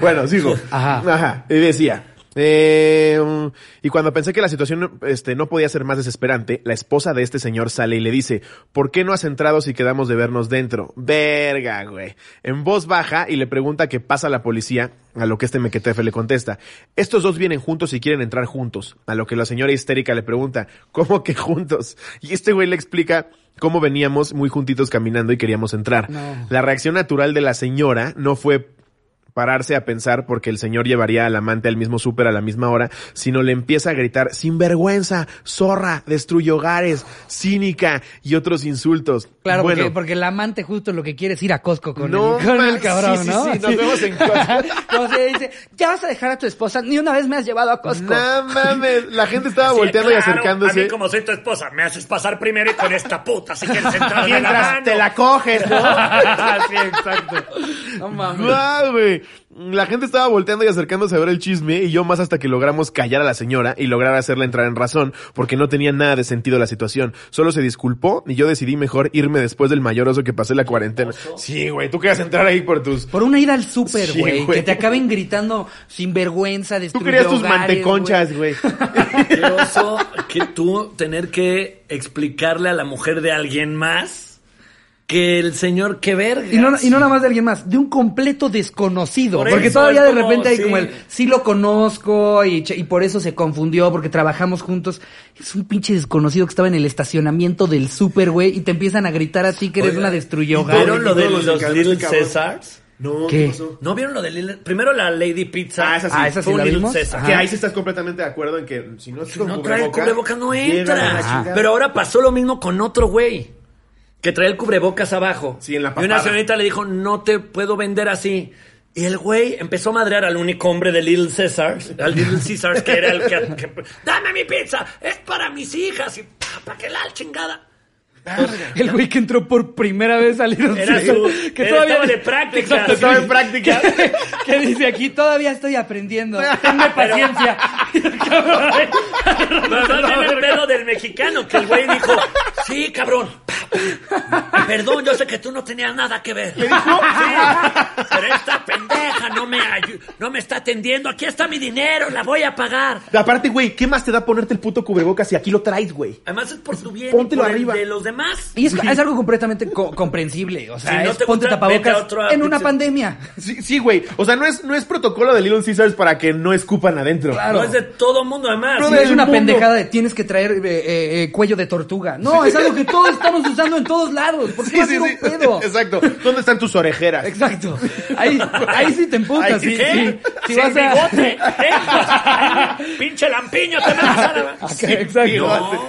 bueno, sigo.
Ajá.
Ajá. Y decía. eh, mm, y cuando pensé que la situación este, no podía ser más desesperante, la esposa de este señor sale y le dice, ¿por qué no has entrado si quedamos de vernos dentro? Verga, güey. En voz baja y le pregunta qué pasa a la policía, a lo que este mequetefe le contesta, estos dos vienen juntos y quieren entrar juntos, a lo que la señora histérica le pregunta, ¿cómo que juntos? Y este güey le explica cómo veníamos muy juntitos caminando y queríamos entrar.
No.
La reacción natural de la señora no fue pararse a pensar porque el señor llevaría al amante al mismo súper a la misma hora, sino le empieza a gritar sinvergüenza, zorra, destruye hogares, cínica y otros insultos.
Claro,
bueno,
porque, porque el amante justo lo que quiere es ir a Costco con,
No
el, con el
más,
cabrón,
sí, sí,
¿no?
sí, nos vemos
*laughs*
en Costco.
Como se dice, ya vas a dejar a tu esposa, ni una vez me has llevado a Costco.
no mames, la gente estaba
Sí,
volteando y
claro, A
acercándose.
mí como *laughs* soy tu esposa, me haces pasar primero y con esta puta, así que el central de la
Mientras
mano.
te la *laughs* coges, ¿no?
*laughs* sí, exacto.
No mames.
Guau, güey. La gente estaba volteando y acercándose a ver el chisme y yo más hasta que logramos callar a la señora y lograr hacerla entrar en razón porque no tenía nada de sentido la situación. Solo se disculpó y yo decidí mejor irme después del mayor oso que pasé la cuarentena. Sí, güey, tú querías entrar ahí por tus...
Por una ida al súper,
Sí,
güey.
güey.
que te acaben gritando sinvergüenza,
Tú
destruye
querías tus
hogares,
manteconchas, güey.
*laughs* Qué oso que tú tener que explicarle a la mujer de alguien más que el señor que verga.
Y no, y no nada más de alguien más, de un completo desconocido.
Por
porque
eso,
todavía
es
de
como,
repente hay
sí.
como el, sí lo conozco y, che- y por eso se confundió, porque trabajamos juntos. Es un pinche desconocido que estaba en el estacionamiento del súper, güey, y te empiezan a gritar a ti que eres
Oiga,
una destruyó
¿Vieron
Todo
lo de
el mundo
los
se
Little
este cabrón.
Césars?
No,
¿Qué?
¿No vieron lo de Little Primero la Lady Pizza.
Ah, esa sí.
Ah, esa sí
Fue un
la
Little
vimos.
César.
Ajá.
Que ahí sí estás completamente de acuerdo en que si no, es con
No trae el
cubreboca,
cubreboca, no
llega la
entra.
chingada.
Pero ahora pasó lo mismo con otro güey. Que trae el cubrebocas abajo.
Sí, en la
Y una
papada.
señorita le dijo, no te puedo vender así. Y el güey empezó a madrear al único hombre de Little Caesars, al Little Caesars, que era el que, que- ¡Dame mi pizza! ¡Es para mis hijas! Y para que la chingada.
El güey que entró por primera vez al Little
Era
*laughs* Caesars,
su- era- estaba de prácticas.
Exacto,
Estaba
que-
en prácticas.
Que, que dice aquí, todavía estoy *laughs* aprendiendo. Tenme paciencia.
No, no, no, el pedo del mexicano, que el güey dijo, sí, cabrón, pa, Perdón, yo sé que tú no tenías nada que ver. Sí, pero esta pendeja no me, ayu- no me está atendiendo. Aquí está mi dinero, la voy a pagar.
Aparte, güey, ¿qué más te da ponerte el puto cubrebocas si aquí lo traes, güey?
Además es por tu bien
Póntelo
y por
arriba.
el de los demás.
*laughs* Y es, es algo completamente co- comprensible. O sea,
Si no
es
te
ponte
gusta, vete a
tapabocas
otra
en una
pinche-
pandemia.
Sí, sí, güey. O sea, no es, no es protocolo de Little Caesars para que no escupan adentro.
Claro.
No es de todo mundo además.
No
Sí,
del
es una
mundo.
pendejada de tienes que traer eh, eh, eh, cuello de tortuga. No, es algo que todos estamos usando en todos lados.
*laughs*
¿Por qué
Sí,
va a
sí,
ser un
sí.
pedo?
Exacto. ¿Dónde están tus orejeras?
Exacto. Ahí, ahí sí te emputas.
Ahí
sí,
sí.
sí. Si
Sí,
vas a... *laughs*
bigote, ¿eh? Pinche lampiño, te vas a...
Sí, Exacto.
no,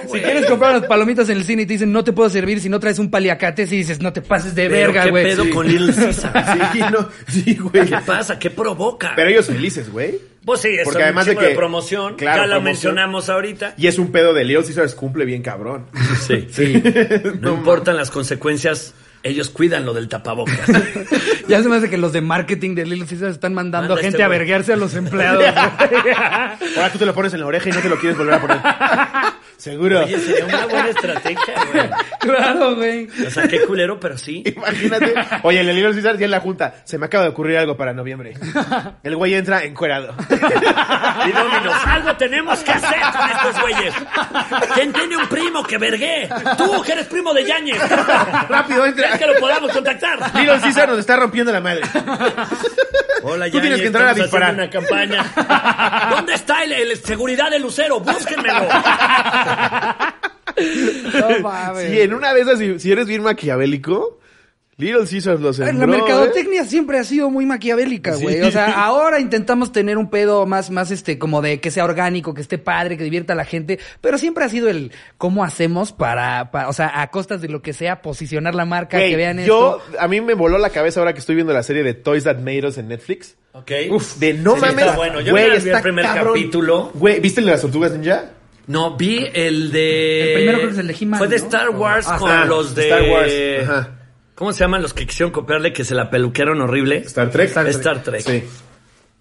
*laughs* si
güey.
quieres comprar unas palomitas en el cine y te dicen no te puedo servir si no traes un paliacate, si dices no te pases de
Pero,
verga,
¿Qué
güey.
pedo
Sí.
con Little Caesar?
*laughs*
Sí, no. Sí, güey.
¿Qué pasa? ¿Qué provoca?
Pero ellos felices, güey.
pues sí, es
porque
un
además de
chingo de,
que-
promoción.
claro,
ya la
promoción. *laughs*
mencionamos ahorita.
Y es un pedo de Little Caesars cumple bien cabrón.
Sí. *laughs* No, importan las consecuencias, ellos cuidan lo
*laughs*
del tapabocas.
*laughs* Ya se me hace que los de marketing de Little Caesars están mandando
Manda
a gente
este
a
güey.
verguearse a los
*laughs*
empleados. güey.
Ahora tú te lo pones en la oreja y no te lo quieres volver a *laughs* poner. Seguro.
Oye, sería una buena estrategia, güey.
claro, güey.
O sea, qué culero, pero sí.
Imagínate. Oye, el Little Caesars ya en la junta. Se me acaba de ocurrir algo para *laughs* noviembre. El güey entra *laughs* encuerado.
Y Dominos, algo tenemos que hacer con estos güeyes. ¿Quién tiene un primo que vergué? Tú, que eres primo de Yañez.
*laughs* Rápido, entra.
¿Crees que lo podamos contactar?
*laughs* Little Caesar nos está rompiendo
*laughs*
la madre.
Hola,
Tú tienes que entrar a
estamos
disparar.
haciendo una campaña. ¿Dónde está el, el seguridad de Lucero? Búsquenmelo.
No mames.
Si en una de esas, si, si eres bien maquiavélico, Little Caesars los
La
sembró. ¿eh?
mercadotecnia siempre ha sido muy maquiavélica, güey. O
*laughs*
sea, ahora intentamos tener un pedo más, más este, como de que sea orgánico, que esté padre, que divierta a la gente, pero siempre ha sido el cómo hacemos para, para- o sea, a costas de lo que sea, posicionar la marca,
Güey,
que vean
yo,
esto.
a mí me voló la cabeza ahora que estoy viendo la serie de Toys That Made Us en Netflix.
Ok.
Uf, de no
Sí,
mames.
está bueno. Yo
güey,
apenas vi
está
el primer
cabrón.
capítulo.
Güey, ¿viste el de las tortugas ninja?
No, vi el de.
El primero creo que es el de He-Man,
Fue de
¿no?
Star Wars
Ah,
con
Star-
los de.
Star Wars, ajá.
¿Cómo se llaman los que quisieron copiarle que se la peluquearon horrible?
Star Trek.
Star Trek. Star Trek.
Sí.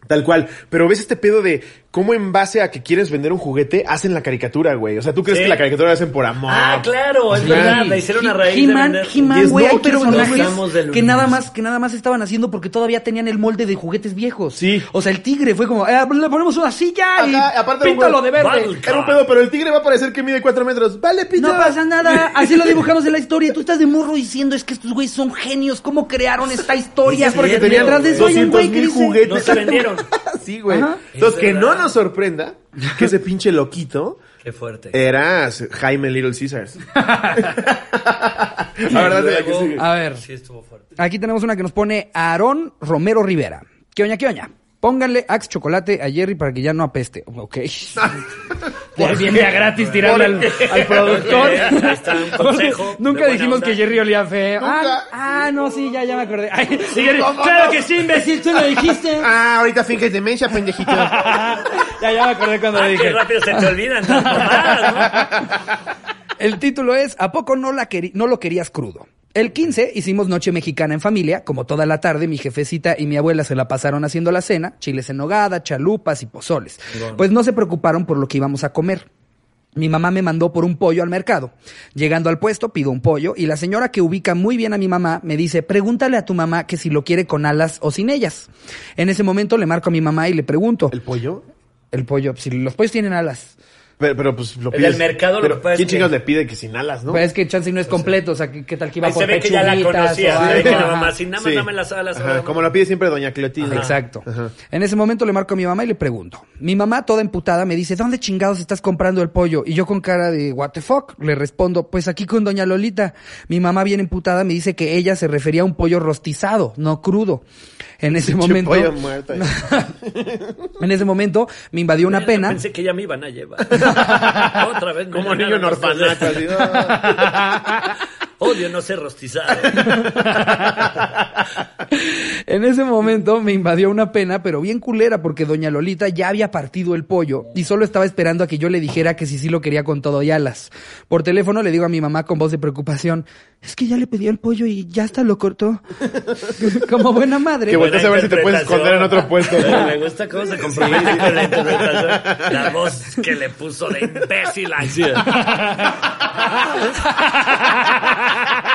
Tal cual. Pero ves este pedo de cómo en base a que quieres vender un juguete, hacen la caricatura, güey. O sea, tú crees
Sí.
que la caricatura la hacen por amor.
Ah, claro, es
Sí.
verdad. La hicieron a raíz de.
He-Man,
vender-
He-Man,
Yes,
güey,
no,
hay
pero entonces
hablamos del
personajes que
universo.
nada más, que nada más estaban haciendo porque todavía tenían el molde de juguetes viejos.
Sí.
O sea, el tigre fue como, eh, le ponemos una silla y
Ajá, aparte era un
píntalo de
juego-
verde.
Battle
Era un pedo, pero el tigre va a parecer que mide 4 metros. Vale, pita.
No pasa
*laughs*
nada, así lo dibujamos en la historia. Tú estás de morro diciendo es que estos güeyes son genios, cómo crearon esta historia.
Es porque
Y
tenían
atrás de eso hay un
200
güey que
mil
dice,
juguetes.
No
*laughs*
se vendieron.
sí, güey.
Ajá.
Entonces,
Es
que no
verdad.
nos sorprenda que ese pinche loquito
Qué fuerte.
Eh, era Jaime Little
*laughs*
Caesars. La verdad es que
Luego-
sí.
A ver,
Sí, estuvo fuerte.
aquí tenemos una que nos pone Aarón Romero Rivera. ¿Qué oña, qué oña? Pónganle Axe Chocolate a Jerry para que ya no apeste. Ok. Por bien de a gratis tirarle
*laughs*
al, al productor.
Ok, ahí está un consejo de
Nunca
buena
dijimos
onda.
que Jerry olía feo.
Nunca.
Ah, ah, no, sí, ya, ya me acordé. *laughs* Ay, Jerry,
¿cómo
claro
no?
que sí, imbécil, tú lo
*laughs*
dijiste. *laughs*
Ah, ahorita finges demencia, pendejito.
ya, ya me acordé cuando lo
*laughs* Ah, qué
dije.
rápido se te olvidan las mamadas, ¿no?
El título es ¿A poco no, la queri- no lo querías crudo? El 15 hicimos noche mexicana en familia, como toda la tarde mi jefecita y mi abuela se la pasaron haciendo la cena, chiles en nogada, chalupas y pozoles. Pues no se preocuparon por lo que íbamos a comer. Mi mamá me mandó por un pollo al mercado. Llegando al puesto pido un pollo y la señora que ubica muy bien a mi mamá me dice, pregúntale a tu mamá que si lo quiere con alas o sin ellas. En ese momento le marco a mi mamá y le pregunto,
¿El pollo?
el pollo, si los pollos tienen alas.
Pero, pero, pues lo
El
pides.
del mercado lo
Pero,
que pasa es
¿Quién
que-
chicos le pide que sin alas, no?
Pues es que chance y no es completo, o sea, ¿qué, qué tal que iba
Ahí
por
se ve que ya la
pechuguitas
conocía.
o
Se ve
algo?
que la
Ajá.
mamá, si nada más
Sí.
dame las alas.
Ajá,
ahora,
Como lo pide siempre Doña Cleotilde.
Exacto.
Ajá.
En ese momento le marco a mi mamá y le pregunto. Mi mamá, toda emputada, me dice, ¿dónde chingados estás comprando el pollo? Y yo con cara de, what the fuck, le respondo, pues aquí con doña Lolita. Mi mamá, bien emputada, me dice que ella se refería a un pollo rostizado, no crudo. En ese
Pinche
momento...
pollo muerto.
*laughs* en ese momento me invadió una
Yo
pena.
Pensé que ya me iban
*laughs*
a llevar. *laughs* Otra vez. me
Como niño
ganaron
en orfanato.
ustedes.
así,
*laughs*
ah.
Odio no
*laughs*
ser rostizado.
*laughs* en ese momento me invadió una pena, pero bien culera, porque doña Lolita ya había partido el pollo y solo estaba esperando a que yo le dijera que si sí lo quería con todo y alas. Por teléfono le digo a mi mamá con voz de preocupación, es que ya le pedí el pollo y ya hasta lo cortó. *laughs* Como buena madre.
Qué volteas a ver si te puedes esconder en otro puesto.
Me gusta cómo se compromete con la interpretación. La voz *laughs* que le puso de imbécil a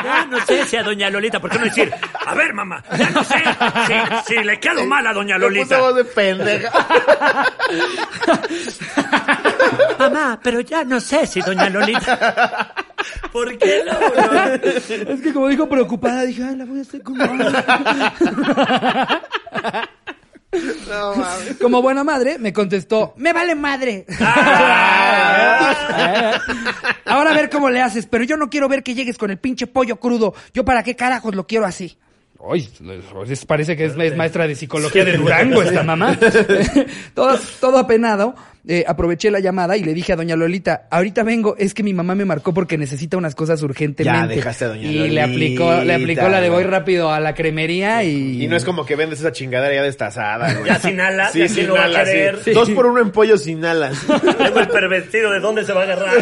Ya no sé si a doña Lolita, ¿por qué no decir? A ver, mamá, ya no sé si, si le quedo mal a doña
Le puse
Lolita.
voz de
*laughs*
pendeja.
Mamá, pero ya no sé si doña Lolita.
*laughs*
¿Por qué la voló?
*laughs* Es que como dijo preocupada, dije, ay, la voy a hacer con *laughs*
No mames.
*laughs* Como buena madre, me contestó, me vale madre. Ah. *laughs* Ahora a ver cómo le haces, pero yo no quiero ver que llegues con el pinche pollo crudo. Yo para qué carajos lo quiero así. Ay, es- parece que es, es maestra de psicología de Durango esta mamá. *laughs* todo, todo apenado, eh, aproveché la llamada y le dije a doña Lolita, ahorita vengo, es que mi mamá me marcó porque necesita unas cosas urgentemente.
Ya dejaste a doña
y le aplicó, le
Lolita,
aplicó la de voy
güey.
rápido a la cremería y...
Y no es como que vendes esa chingadera ya destazada, güey.
Ya sin alas, ya quién lo va a
alas, sí.
querer. Sí.
Dos por uno en pollo sin
*laughs*
alas.
Tengo el pervertido, ¿de dónde se va a agarrar?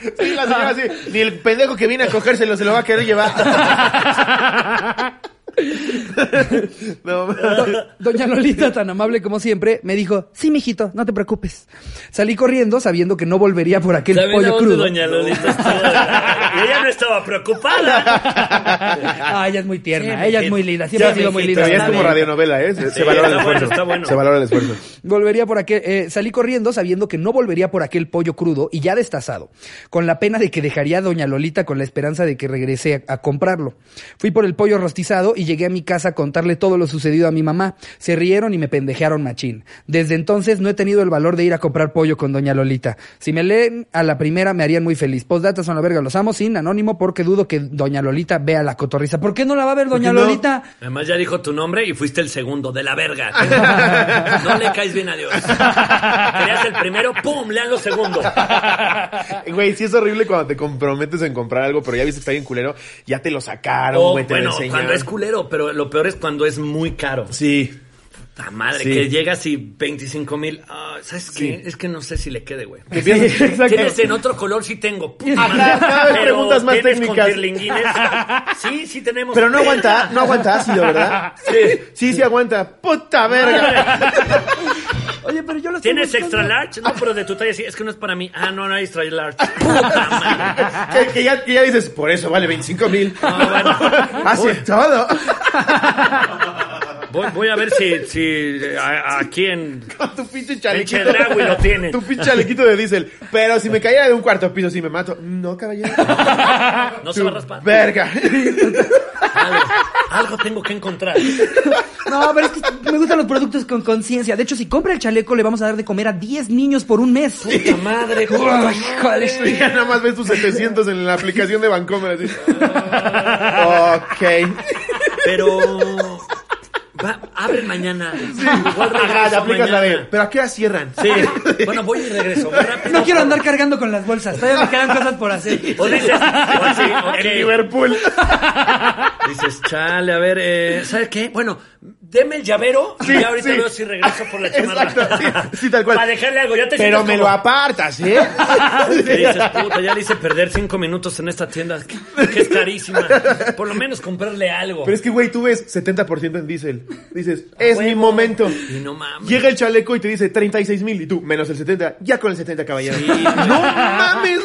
Sí, la señora así. Ni el pendejo que viene a cogérselo se lo va a querer
*laughs*
llevar. *laughs* No, mames.
Do- Doña Lolita, tan amable como siempre, me dijo, sí, mijito, no te preocupes. Salí corriendo sabiendo que no volvería por aquel
¿Saben a
pollo
dónde
crudo.
doña Lolita
*laughs*
estuvo? Y ella no estaba preocupada.
Ah, ella es muy tierna,
Sí,
ella es
mijito.
muy linda, siempre
Ya,
ha sido muy
mijito,
linda.
Pero ya es
está
como
bien.
radionovela, ¿eh? Se, se
Sí,
valora el
está bueno,
esfuerzo.
está bueno.
Se valora el esfuerzo. *laughs*
Volvería por aquel, eh, salí corriendo sabiendo que no volvería por aquel pollo crudo y ya destazado, con la pena de que dejaría a Doña Lolita con la esperanza de que regrese a, a comprarlo. Fui por el pollo rostizado y llegué a mi casa a contarle todo lo sucedido a mi mamá. Se rieron y me pendejearon machín. Desde entonces no he tenido el valor de ir a comprar pollo con Doña Lolita. Si me leen a la primera me harían muy feliz. Postdata son la verga, los amo sin anónimo porque dudo que Doña Lolita vea la cotorriza. ¿Por qué no la va a ver Doña
qué no?
Lolita?
Además ya dijo tu nombre y fuiste el segundo, de la verga. No le caes bien a Dios. Querías el primero, pum, lean lo segundo.
Güey, sí es horrible cuando te comprometes en comprar algo, pero ya viste que está bien culero, ya te lo sacaron,
O,
güey, te
Oh, bueno,
lo enseñaron.
cuando es culero, pero lo peor es cuando es muy caro. *laughs*
Sí.
La madre,
Sí.
que llegas y 25 mil. ah, ¿Sabes qué? Es que no sé si le
*laughs*
quede, güey.
Que piensas-
Tienes en otro color, sí tengo. Puta
Ah,
madre.
cada vez
Pero
preguntas más
¿tienes con
técnicas.
tirlinguines? Sí, sí tenemos.
Pero no aguanta, no aguanta ácido,
*laughs*
¿verdad? Sí, sí, sí aguanta. ¡Puta verga!
Oye, pero yo lo estoy
¿Tienes
buscando.
extra large? No, pero de tu talla sí. Es que no es para mí. Ah, no, no hay extra
*laughs*
large. Puta madre.
*laughs* que, que ya, que ya dices, por eso vale 25 mil.
No,
*laughs*
bueno.
Hace todo.
Voy, voy a ver si, si a, a quién.
*laughs* Con tu pinche chalequito.
El Chedraui lo tiene.
Tu pinche chalequito de diésel. Pero si me cayera de un cuarto piso, sí me mato. No, caballero.
No se va a raspar.
Verga. *laughs*
Algo, algo tengo que encontrar.
No, pero es que me gustan los productos con conciencia. De hecho, si compra el chaleco, le vamos a dar de comer a 10 niños por un mes.
Puta madre, puta
Uy,
madre.
híjole.
Y ya nada más ves tus 700 en la aplicación de Bancomer. Así. ok.
Pero. Va, abre mañana. Igual
Ajá,
regreso
te aplicas la de.
mañana.
¿Pero a qué hora cierran? *laughs*
Sí. Bueno, pues, voy y regreso. Voy
*laughs*
rápido.
No quiero andar cargando con las bolsas. Todavía me quedan cosas por hacer.
O dices, o así,
*laughs*
ok.
En Liverpool.
Dices, chale, a ver, eh, ¿sabes qué? Bueno, deme el llavero y
Sí,
ya ahorita
sí.
veo si regreso por la
*laughs*
chamarra.
Exacto, sí, sí, tal cual.
Para dejarle algo, ya te
Pero
siento
me lo
*laughs* como-
apartas, ¿eh?
Te dices, puta, ya le hice perder cinco minutos en esta tienda que, que es carísima. Por lo menos comprarle algo.
Pero es que, güey, tú ves 70% en diésel. Dices, es mi
Huevo.
momento.
Y no mames.
Llega el chaleco y te dice 36 mil y tú, menos el 70, ya con el 70, caballero. *laughs* ¡No mames!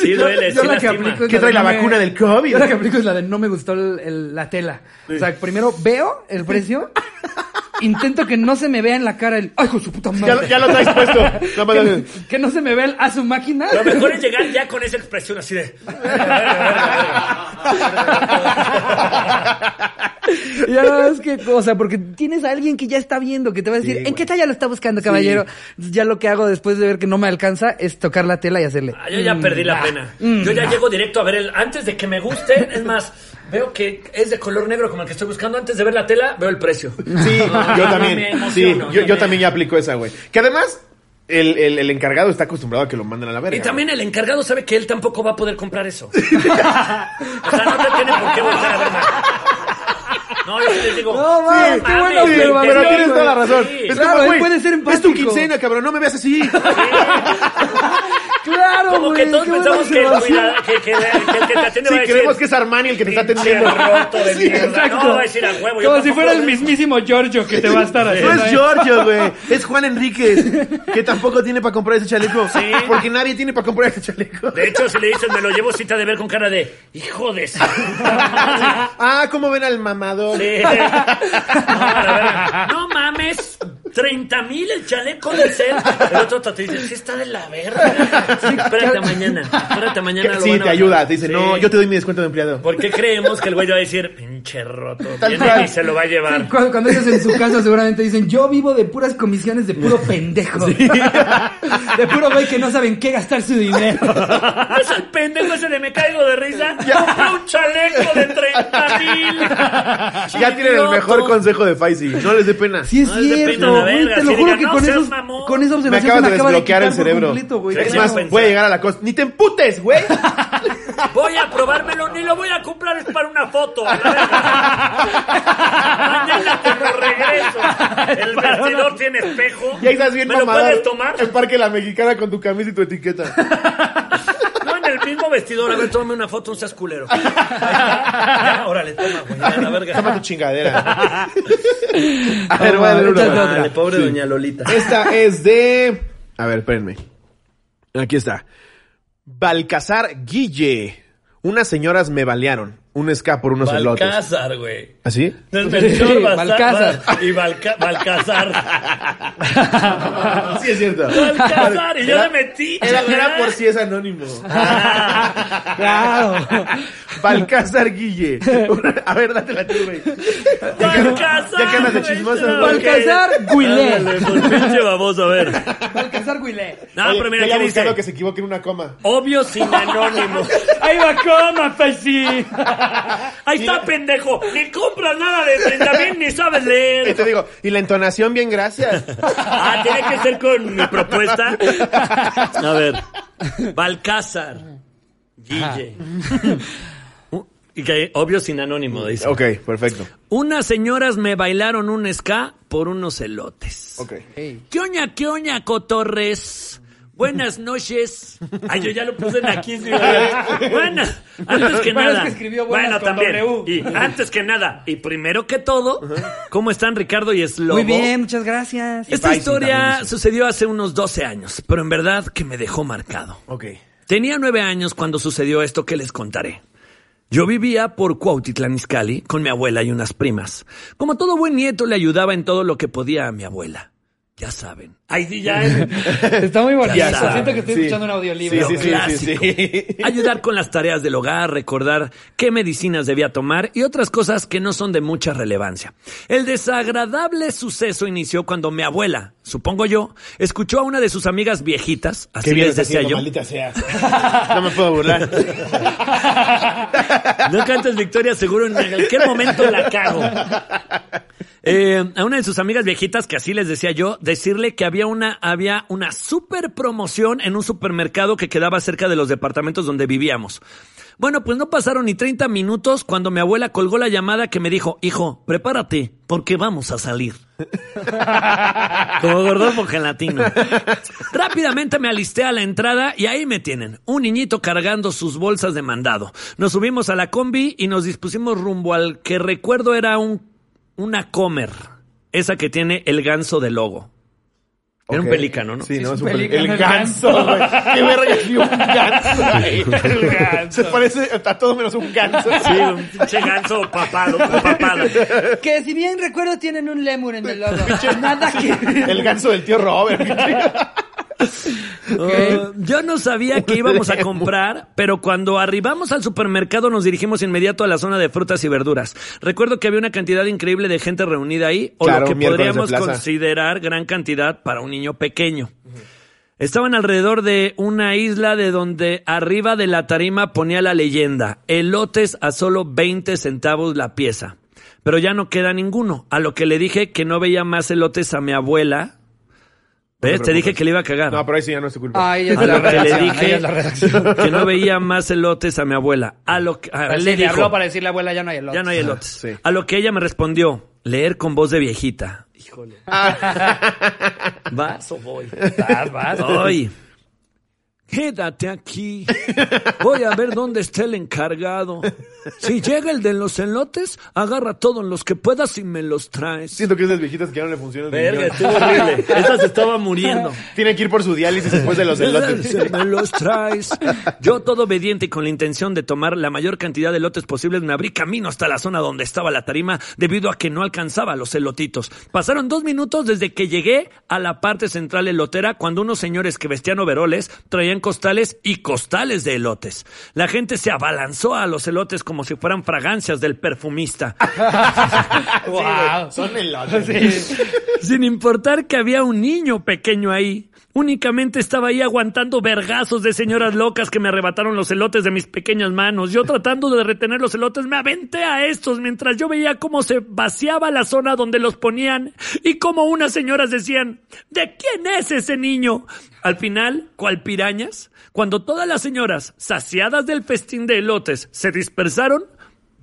Sí, duele,
Yo
sí
la que
lastima.
aplico es
¿Qué
de
trae la
no me-
vacuna del COVID?
Yo la que aplico es la de no me gustó el- el- la tela. O sea, primero veo el precio, intento que no se me vea en la cara el... ¡Ay, hijo de su puta
Ya, lo-
madre!
ya lo traes puesto. Nada más
que,
haces,
que no se me vea el, a su máquina.
Lo mejor es llegar ya con esa expresión
*laughs*
así de. *laughs*
Y ya nada más que, o sea, porque tienes a alguien que ya está viendo, que te va a decir,
Sí,
¿en
güey.
qué talla lo está buscando, caballero? Entonces, Ya lo que hago después de ver que no me alcanza es tocar la tela y hacerle.
Ah, yo ya perdí
Mm,
la pena. Yo ya llego directo a ver el. Antes de que me guste, es más, veo que es de color negro como el que estoy buscando. Antes de ver la tela, veo el precio.
Sí,
Ah,
yo
no
también.
me emociono,
Sí,
no
yo, yo
me-
también ya aplico esa, güey. Que además, el, el- el encargado está acostumbrado a que lo manden a la verga.
Y también el encargado sabe que él tampoco va a poder
*laughs*
comprar eso. o sea, no te tiene por qué volver a ver más. No, yo sí les digo.
No, mames, qué
mames,
bueno
Sí,
que lo
güey,
pero,
valoró,
te-
tienes
güey.
toda la razón.
Sí.
Es
Claro,
como,
él
güey,
puede ser
Es tu
*laughs*
empático.
quincena, cabrón, no me veas así.
¡Claro! Claro,
Como que
güey,
todos
qué
pensamos que el,
buena
*laughs*
observación.
cuida- que, que- que el que te atiende
Sí,
va a decir...
creemos que es Armani el que te está
"Pinche
atendiendo.
roto de
Sí,
mierda".
exacto.
No, va a decir a huevo. yo
Como si
tampoco ¿eh?
fuera el
sé.
mismísimo Giorgio que te va a estar
No
haciendo.
*laughs*
es
ahí.
Giorgio, güey. Es Juan Enríquez, que tampoco tiene para comprar ese chaleco.
Sí.
Porque nadie tiene para comprar ese chaleco.
De hecho, si le dices, me lo llevo cita de ver con cara de... ¡Hijo de...
*laughs*
su-".
*laughs* Ah, ¿cómo ven al mamador?
Sí. *laughs* No, la verdad. No mames, 30 mil el chaleco de ser. El otro te dice, sí está de la verga. Sí, espérate a mañana, espérate a
Que-
mañana. lo
Sí,
van a
te
bajar".
ayuda. Te dice,
Sí.
no, yo te doy mi descuento de empleado.
¿Por qué creemos que el güey va a decir, pinche roto,
Tal
viene
cual.
y se lo va a llevar?
Cuando, cuando estás en su casa seguramente dicen, yo vivo de puras comisiones de
*laughs*
puro pendejo. *laughs* De puro güey que no saben qué gastar su dinero.
*laughs* Es el pendejo ese de me caigo de risa. Compró un chaleco de 30 mil.
Ya tienen el mejor consejo de Faisy. No les dé pena.
Sí es
No, es de pena
cierto,
la
güey,
verga,
te lo
sí,
juro
diga,
que
no
con,
seas
esos,
mamón.
con esa
Me
observación
acabas de
se me acaba de
desbloquear el
quitar por
cerebro.
completo, güey.
Sí,
es
*laughs*
claro.
más, voy a llegar a la costa. ¡Ni te emputes, güey!
Voy a probármelo, ni lo voy a comprar, es para una foto. a la verga. Mañana te lo regreso. El vestidor tiene espejo.
Y ahí estás bien
¿Me lo
mamador.
puedes tomar?
El parque La Mexicana con tu camisa y tu etiqueta.
No, en el mismo vestidor. A ver, tómame una foto, no seas culero. Ahí está. Ya, órale, toma, güey. ya, la
Toma
verga.
tu
*laughs*
chingadera. A ver, voy a leer una.
Échate otra.
Dale, pobre doña Lolita.
Esta es de. A ver, espérenme. Aquí está. Balcazar Guille. Unas señoras me balearon. Un ska por unos elotes. ¿Ah,
Balcázar, güey. *laughs*
¿Así?
No es Melchor,
Sí,
Balsa-
Balcázar.
Y Balca- Balcázar.
Sí, es cierto.
Balcázar, y yo le metí.
Era, era
¿verdad?
por si es
*laughs*
anónimo.
pues.
Claro.
*laughs* Balcázar Guille. *laughs* A ver, date la tú, güey.
Balcázar.
Ya que andas de
güey,
chismosa,
no,
güey.
Balcázar
ok.
Guilé.
Ándale, pues, pinche baboso, a ver.
Balcazar Guilé.
No,
Oye,
pero mira,
ya
¿qué
le buscado
dice?
que se equivoque en una coma.
Obvio sin anónimo.
Ahí va, coma, Faisy.
Ahí está, pendejo. Ni compras nada de 30 mil, ni sabes
Y te
leer.
digo, y la entonación, bien, gracias.
Ah, tiene que ser con mi propuesta. A ver. Balcázar. Guille. Y que obvio sin anónimo, dice.
Ok, perfecto.
Unas señoras me bailaron un ska por unos elotes.
Ok.
Ey.
¿Qué oña, qué oña, cotorres? Buenas noches. Ay, yo ya lo puse en aquí. sí, güey. Buenas. Antes que
Bueno, es
nada.
que escribió buenas
bueno,
con
también.
W.
Y antes que nada. Y primero que todo, ¿cómo están Ricardo y Slobo?
Muy bien, muchas gracias.
*laughs* Esta
Faisy también
historia
dice.
sucedió hace unos 12 años, pero en verdad que me dejó marcado.
Ok.
Tenía nueve años cuando sucedió esto que les contaré. Yo vivía por Cuautitlán Izcalli con mi abuela y unas primas. Como todo buen nieto le ayudaba en todo lo que podía a mi abuela. Ya saben. Ay, sí, ya.
Está muy bonito.
Ya saben.
Siento que estoy
Sí.
escuchando un audiolibro.
*laughs* Sí,
Pero clásico. Ayudar con las tareas del hogar, recordar qué medicinas debía tomar y otras cosas que no son de mucha relevancia. El desagradable suceso inició cuando mi abuela, supongo yo, escuchó a una de sus amigas viejitas, así
Qué bien
les
estás
decía
haciendo,
yo.
maldita sea. No me puedo burlar.
No cantes Victoria seguro en cualquier momento la cago. Eh, a una de sus amigas viejitas, que así les decía yo, decirle que había una, había una super promoción en un supermercado que quedaba cerca de los departamentos donde vivíamos. Bueno, pues no pasaron ni 30 minutos cuando mi abuela colgó la llamada que me dijo, hijo, prepárate, porque vamos a salir. Como gordo gelatino. Rápidamente me alisté a la entrada y ahí me tienen. Un niñito cargando sus bolsas de mandado. Nos subimos a la combi y nos dispusimos rumbo al que recuerdo era un, una comer. Esa que tiene el ganso de logo. *laughs* Era un
Ok.
pelícano, ¿no?
Sí, no, es un
pelícano, el
pelícano. El ganso, güey. Qué verga que un
*laughs*
ganso, güey.
El ganso.
Se parece a todo menos un ganso.
Sí, un pinche ganso papado, papado.
Que si bien recuerdo tienen un lemur en el logo. Nada que...
*laughs* El ganso del tío Robert.
*laughs* Uh, yo no sabía que íbamos a comprar, pero cuando arribamos al supermercado nos dirigimos inmediato a la zona de frutas y verduras. Recuerdo que había una cantidad increíble de gente reunida ahí, o
Claro,
lo que
miércoles de
podríamos
plaza.
considerar gran cantidad para un niño pequeño. Estaban alrededor de una isla de donde arriba de la tarima ponía la leyenda, elotes a solo 20 centavos la pieza. Pero ya no queda ninguno, a lo que le dije que no veía más elotes a mi abuela. ¿Ves? Te dije que le iba a cagar.
No, pero eso ya no es tu culpa.
Ay, es
A
de la
lo que le
redacción. ahí
dije
es la redacción.
que no veía más elotes a mi abuela. A lo que a-
Así
le
le
dijo,
habló para decirle, abuela, ya no hay elote.
ya no
Ah,
hay elotes.
sí.
A lo que ella me respondió, leer con voz de viejita. *laughs* Híjole. ¿Vas o voy? *laughs*
Vas, vas.
Voy. Quédate aquí. Voy a ver dónde está el encargado. Si llega el de los elotes, agarra todos los que puedas y me los traes.
Siento que esas viejitas que ya no le funcionan. el
Verga,
riñón.
estuvo horrible. Esa se estaba muriendo.
*laughs* Tienen que ir por su diálisis después de los
*laughs*
elotes.
Se me los traes. Yo, todo obediente y con la intención de tomar la mayor cantidad de elotes posible, me abrí camino hasta la zona donde estaba la tarima debido a que no alcanzaba los elotitos. Pasaron dos minutos desde que llegué a la parte central elotera cuando unos señores que vestían overoles traían costales y costales de elotes. La gente se abalanzó a los elotes como si fueran fragancias del perfumista.
*laughs* Sí, güey,
Wow.
son elotes.
Sin importar que había un niño pequeño ahí. Únicamente estaba ahí aguantando vergazos de señoras locas que me arrebataron los elotes de mis pequeñas manos. Yo tratando de retener los elotes me aventé a estos mientras yo veía cómo se vaciaba la zona donde los ponían y cómo unas señoras decían, ¿de quién es ese niño? Al final, cual pirañas, cuando todas las señoras, saciadas del festín de elotes, se dispersaron,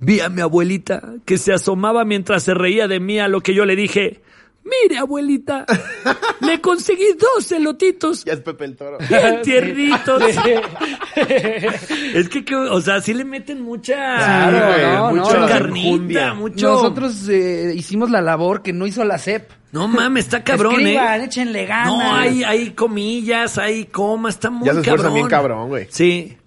vi a mi abuelita que se asomaba mientras se reía de mí a lo que yo le dije, Mire, abuelita, le conseguí dos elotitos
Ya es Pepe el Toro.
*laughs*
bien tiernitos. es que, que, o sea, sí le meten mucha,
Sí, güey,
no, no,
mucha
no.
carnita, mucho.
Nosotros eh, hicimos la labor que no hizo la CEP.
No mames, está cabrón,
Escriban,
¿eh?
échenle ganas.
No, hay, hay comillas, hay comas, está muy
Ya se esfuerzan
cabrón.
bien cabrón, güey.
Sí.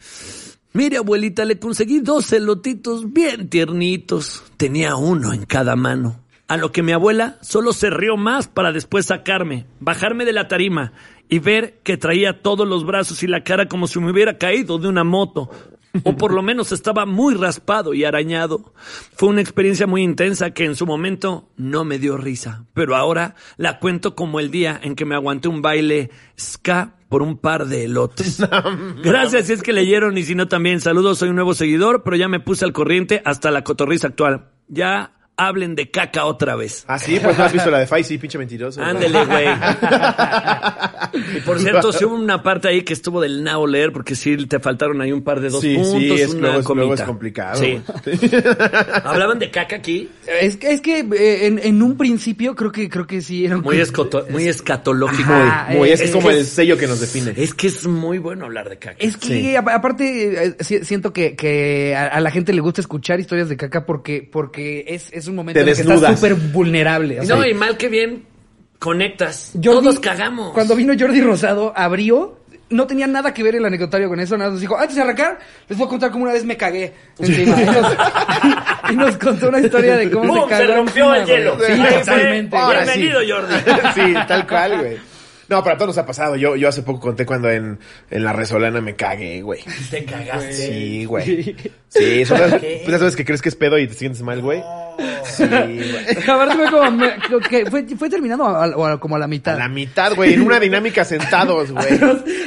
Mire, abuelita, le conseguí dos elotitos bien tiernitos. Tenía uno en cada mano. A lo que mi abuela solo se rió más para después sacarme, bajarme de la tarima y ver que traía todos los brazos y la cara como si me hubiera caído de una moto. O por lo menos estaba muy raspado y arañado. Fue una experiencia muy intensa que en su momento no me dio risa, pero ahora la cuento como el día en que me aguanté un baile ska por un par
*laughs*
de elotes. Gracias si es que leyeron y si no también. Saludos, soy un nuevo seguidor, pero ya me puse al corriente hasta la cotorriza actual. Ya hablen de caca otra vez.
Ah, sí, pues no has visto la de Fai, sí, pinche mentiroso. güey.
Ándele,
*laughs*
güey. Y por cierto, sí hubo una parte ahí que estuvo del nao leer, porque sí te faltaron ahí un par de dos
Sí,
puntos,
sí, es,
una
luego, es-
comita.
luego es complicado. *laughs*
Sí.
güey.
Hablaban de caca aquí,
Es que, es que eh, en, en un principio creo que creo que sí era un-
muy, escoto- muy escatológico.
Ajá. Ah,
Güey,
eh,
ese es
es Eh,
como
que
el sello que nos define.
Es que es muy bueno hablar de caca.
Es que
Sí.
a- aparte eh, si- siento que, que a, a la gente le gusta escuchar historias de caca porque porque es, es un momento
Te
en el que
desnudas.
estás súper vulnerable. o sea.
No, y mal que bien conectas.
Jordi,
Todos cagamos.
Cuando vino Jordi Rosado, abrió. No tenía nada que ver el anecdotario con eso, nada más dijo, antes de arrancar, les voy a contar cómo una vez me cagué. encima". Y, nos, y nos *laughs* contó una historia de
*laughs*
cómo
¡Bum!
se
Se
cagó
rompió
encima,
el
güey.
hielo.
Sí,
Ahí fue.
totalmente.
Ahora
güey.
Bienvenido, Jordi.
*laughs* sí, tal cual, güey. No, para todos nos ha pasado. Yo, yo hace poco conté cuando en, en la resolana me cagué, güey.
Te cagaste.
Sí, güey. Sí, son las- pues ya sabes que crees que es pedo y te sientes mal, güey. Sí, güey.
*laughs* Aparte fue como, me- creo que fue, fue terminando a- a- o a- como a la
A
mitad.
la mitad, güey, en una dinámica
*laughs*
sentados, güey.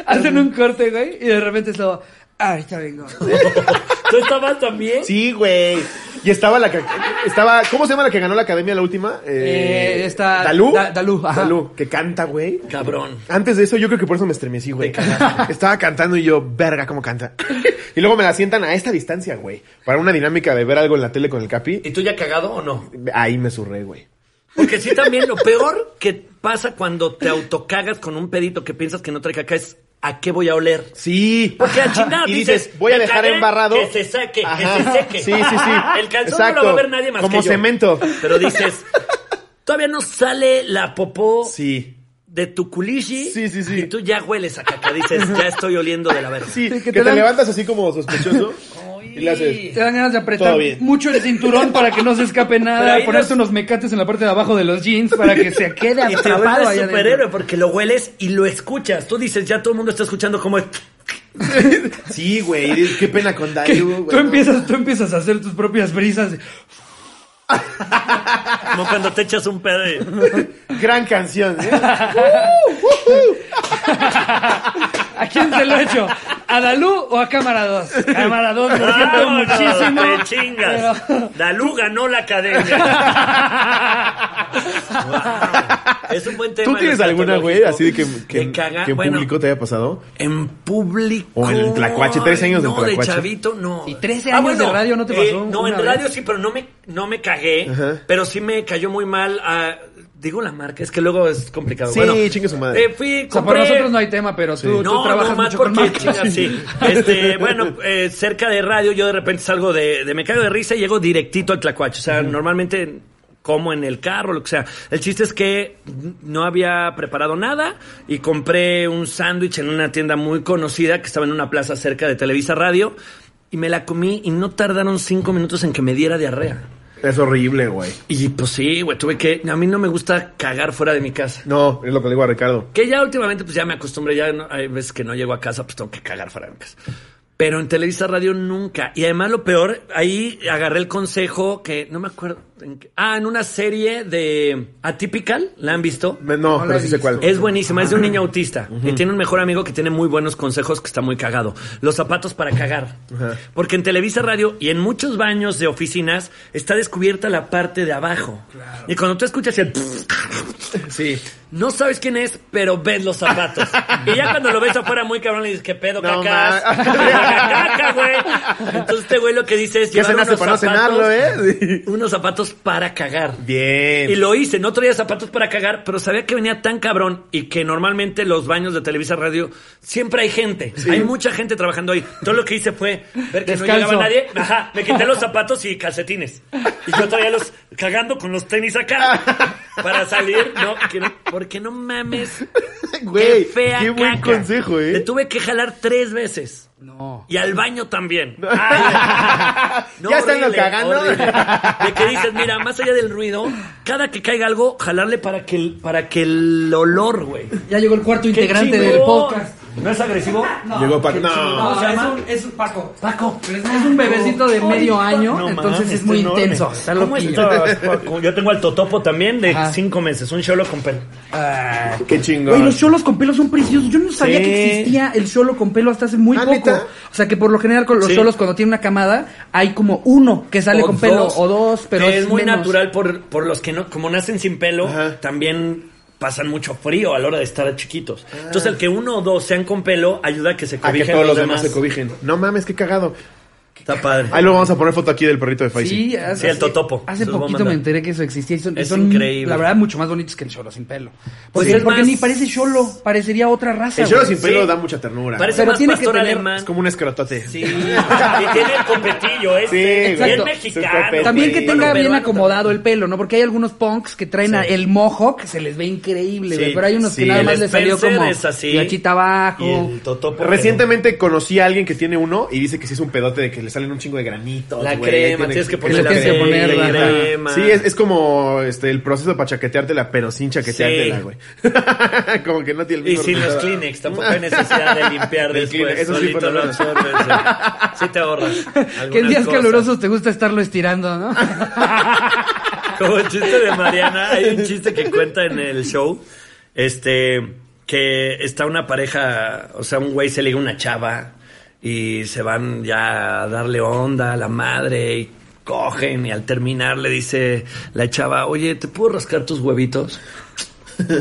Hacen un corte, güey, y de repente es lo, "Ah, ahorita vengo.
¿Tú estabas también?
Sí, güey. Y estaba la que, estaba, ¿cómo se llama la que ganó la academia la última?
Eh, esta-
Dalú.
Da- Dalú, ajá.
Dalú, que canta, güey.
Cabrón.
Antes de eso, yo creo que por eso me estremecí, güey. *laughs* Estaba cantando y yo, verga, cómo canta. Y luego me la sientan a esta distancia, güey. Para una dinámica de ver algo en la tele con el Capi.
¿Y tú ya cagado o no?
Ahí me surré, güey.
Porque sí también lo peor que pasa cuando te autocagas con un pedito que piensas que no trae caca es ¿a qué voy a oler?
Sí.
Porque al final
Y dices, voy a
"Me
dejar
cagué,
embarrado.
Que se seque, que
Ajá.
se seque.
Sí, sí, sí.
*laughs* El calzón no lo va a ver nadie más
Como
que yo.
cemento.
Pero dices, todavía no sale la popó
Sí.
de tu culichi.
Sí, sí, sí.
Y tú ya hueles a caca. Dices, ya estoy oliendo de la verga.
Sí,
Sí, que
que
te
te,
dan-
levantas así como sospechoso. y le haces.
Te dan ganas de apretar
Todo bien.
mucho el cinturón para que no se escape
Pero
nada,
ahí
ponerte
los-
unos mecates en la parte de abajo de los jeans para que se quede
*laughs* Y te
atrapado
vuelves
ahí adentro.
superhéroe porque lo hueles y lo escuchas. Tú dices, ya todo el mundo está escuchando como es.
Sí, güey. Qué pena con
Que
Dayu, güey.
tú empiezas, tú empiezas a hacer tus propias brisas.
Como cuando te echas un pedo. y-
Gran canción, ¿eh?
¿A quién se lo he hecho? ¿A Dalú o a Cámara 2? Cámara 2, lo siento
Vámonos,
muchísimo.
Te chingas.
pero-
Dalú ganó la academia. Wow. Es un buen tema.
¿Tú tienes
el
alguna, güey, así de que, que,
De caga-
que en
bueno,
público te haya pasado?
En público.
O en el tlacuache, tres años de
no, de
tlacuache.
chavito, no. Ah, eh,
¿Y 13 años de radio no te pasó
no,
una
en
vez?
radio sí, pero no me, no me cagué.
Ajá.
Pero sí me cayó muy mal. ah, Digo la marca, es que luego es complicado.
Sí,
bueno,
chingue su madre.
eh, fui,
O sea, para
compré-
nosotros no hay tema, pero tú, tú
no,
trabajas
no, más
mucho con
porque
marcas.
chinga, sí. Este, bueno, eh, cerca de radio yo de repente salgo de, de me caigo de risa y llego directito al Tlacuache. O sea, normalmente como en el carro, lo que sea. El chiste es que no había preparado nada y compré un sándwich en una tienda muy conocida que estaba en una plaza cerca de Televisa Radio y me la comí y no tardaron cinco minutos en que me diera diarrea.
Es horrible, güey.
Y pues sí, güey, tuve que... A mí no me gusta cagar fuera de mi casa.
No, es lo que le digo a Ricardo.
Que ya últimamente, pues ya me acostumbré, ya no- hay veces que no llego a casa, pues tengo que cagar fuera de mi casa. Pero en Televisa Radio nunca. Y además lo peor, ahí agarré el consejo que no me acuerdo. en qué- ah, en una serie de Atypical, ¿la han visto?
Me- No,
No la
pero
he
sí sé
visto.
cuál.
Es buenísima, es de un niño autista. Y tiene un mejor amigo que tiene muy buenos consejos que está muy cagado. Los zapatos para cagar.
Ajá.
Porque en Televisa Radio y en muchos baños de oficinas está descubierta la parte de abajo. Y cuando tú escuchas el...
Sí.
No sabes quién es, pero ves los
*laughs*
zapatos. y ya cuando lo ves afuera muy cabrón, le dices, ¿qué pedo,
No,
cacas?
ma-
*laughs* Caca, güey. Entonces este güey lo que dice es
¿Qué
llevar
cenaste
unos
para no
zapatos,
cenarlo, eh? *laughs*
unos zapatos para cagar.
Bien.
Y lo hice, no traía zapatos para cagar, pero sabía que venía tan cabrón y que normalmente los baños de Televisa Radio siempre hay gente, hay mucha gente trabajando ahí. Todo lo que hice fue ver que
Descalzo.
no llegaba nadie, ajá, me quité los zapatos y calcetines. Y yo traía los cagando con los tenis acá para salir, no, que no- porque no mames.
Güey,
qué fea
qué buen
caca.
consejo, eh.
Le tuve que jalar tres veces.
*laughs* No.
Y al baño *laughs* también. Ay,
Ya están los
horrible,
cagando.
horrible. De que dices, mira, más allá del ruido, cada que caiga algo, jalarle para que el, para que el olor, güey.
Ya llegó el cuarto
¡Qué
integrante
chingón!
del podcast.
¿No es agresivo?
Llegó para.
O
No.
sea, es un, es un Paco. Paco. Es un bebecito de medio año,
No,
entonces
mames,
es muy
está enorme.
intenso. Está
¿Cómo
loquillo.
está? Yo tengo al Totopo también de
Ajá.
cinco meses, un cholo con pelo.
Ah,
Qué
Güey,
chingón.
los cholos con pelo son preciosos. Yo no sabía
Sí.
que existía el cholo con pelo hasta hace muy
Ah,
poco.
¿neta?
O sea, que por lo general con los
Sí.
cholos cuando tiene una camada hay como uno que sale
O
con pelo
dos,
o dos, pero
que es, muy
menos.
natural por, por los que no, como nacen sin pelo,
Ajá.
también pasan mucho frío a la hora de estar chiquitos. Entonces el que uno o dos sean con pelo ayuda a que se
Ah. A
cobijen
que todos los demás se cobijen. No mames, qué cagado.
Está padre.
Ahí luego vamos a poner foto aquí del perrito de Faisy.
Sí, hace,
Sí, el totopo.
Hace
Se los voy a
poquito me
mandar.
enteré que eso existía. Y son, y
Es
son,
increíble. Pues
La verdad, mucho más bonitos que el cholo sin pelo. Porque,
es
porque
más-
ni parece cholo, parecería otra raza.
El cholo
güey.
sin pelo da mucha ternura.
Parece
Pero
más
tiene que
pastor
tener-
alemán.
Es como un escrotote.
Sí. y tiene el copetillo este.
Sí,
y es
exacto.
Su
mexicano.
copete.
También que
güey.
Sí.
tenga
Bueno,
bien
peruano
acomodado el pelo, ¿no? Porque hay algunos punks que traen
Sí.
a- el mohawk, se les ve increíble, güey.
Sí,
Pero hay unos
sí.
que nada
El
más les salió
Spencer
como
es así.
piachita
también.
abajo.
Y el totopo.
Recientemente conocí a alguien que tiene uno y dice que sí es un pedote de que le salen un chingo de granitos.
La
güey,
crema,
le tiene-
tienes que
le
poner
la
tienes que
crema,
poner
la
la-
crema.
Sí, es, es como este, el proceso para chaqueteártela, pero sin chaqueteártela,
Sí.
güey. *laughs* como que no tiene el
Y
mismo
sin los
resultado.
Kleenex, tampoco hay necesidad de limpiar
Del
después.
Kleenex, eso sí,
Solito
pero
lo
no.
absorbes, sí. Sí te ahorras.
*laughs* Que en
algunas
días
cosas.
calurosos te gusta estarlo estirando,
*laughs*
¿no?
Como el chiste de Mariana, hay un chiste que cuenta en el show, este, que está una pareja, o sea, un güey se liga a una chava y se van ya a darle onda a la madre y cogen y al terminar le dice la chava, oye, ¿te puedo rascar tus huevitos?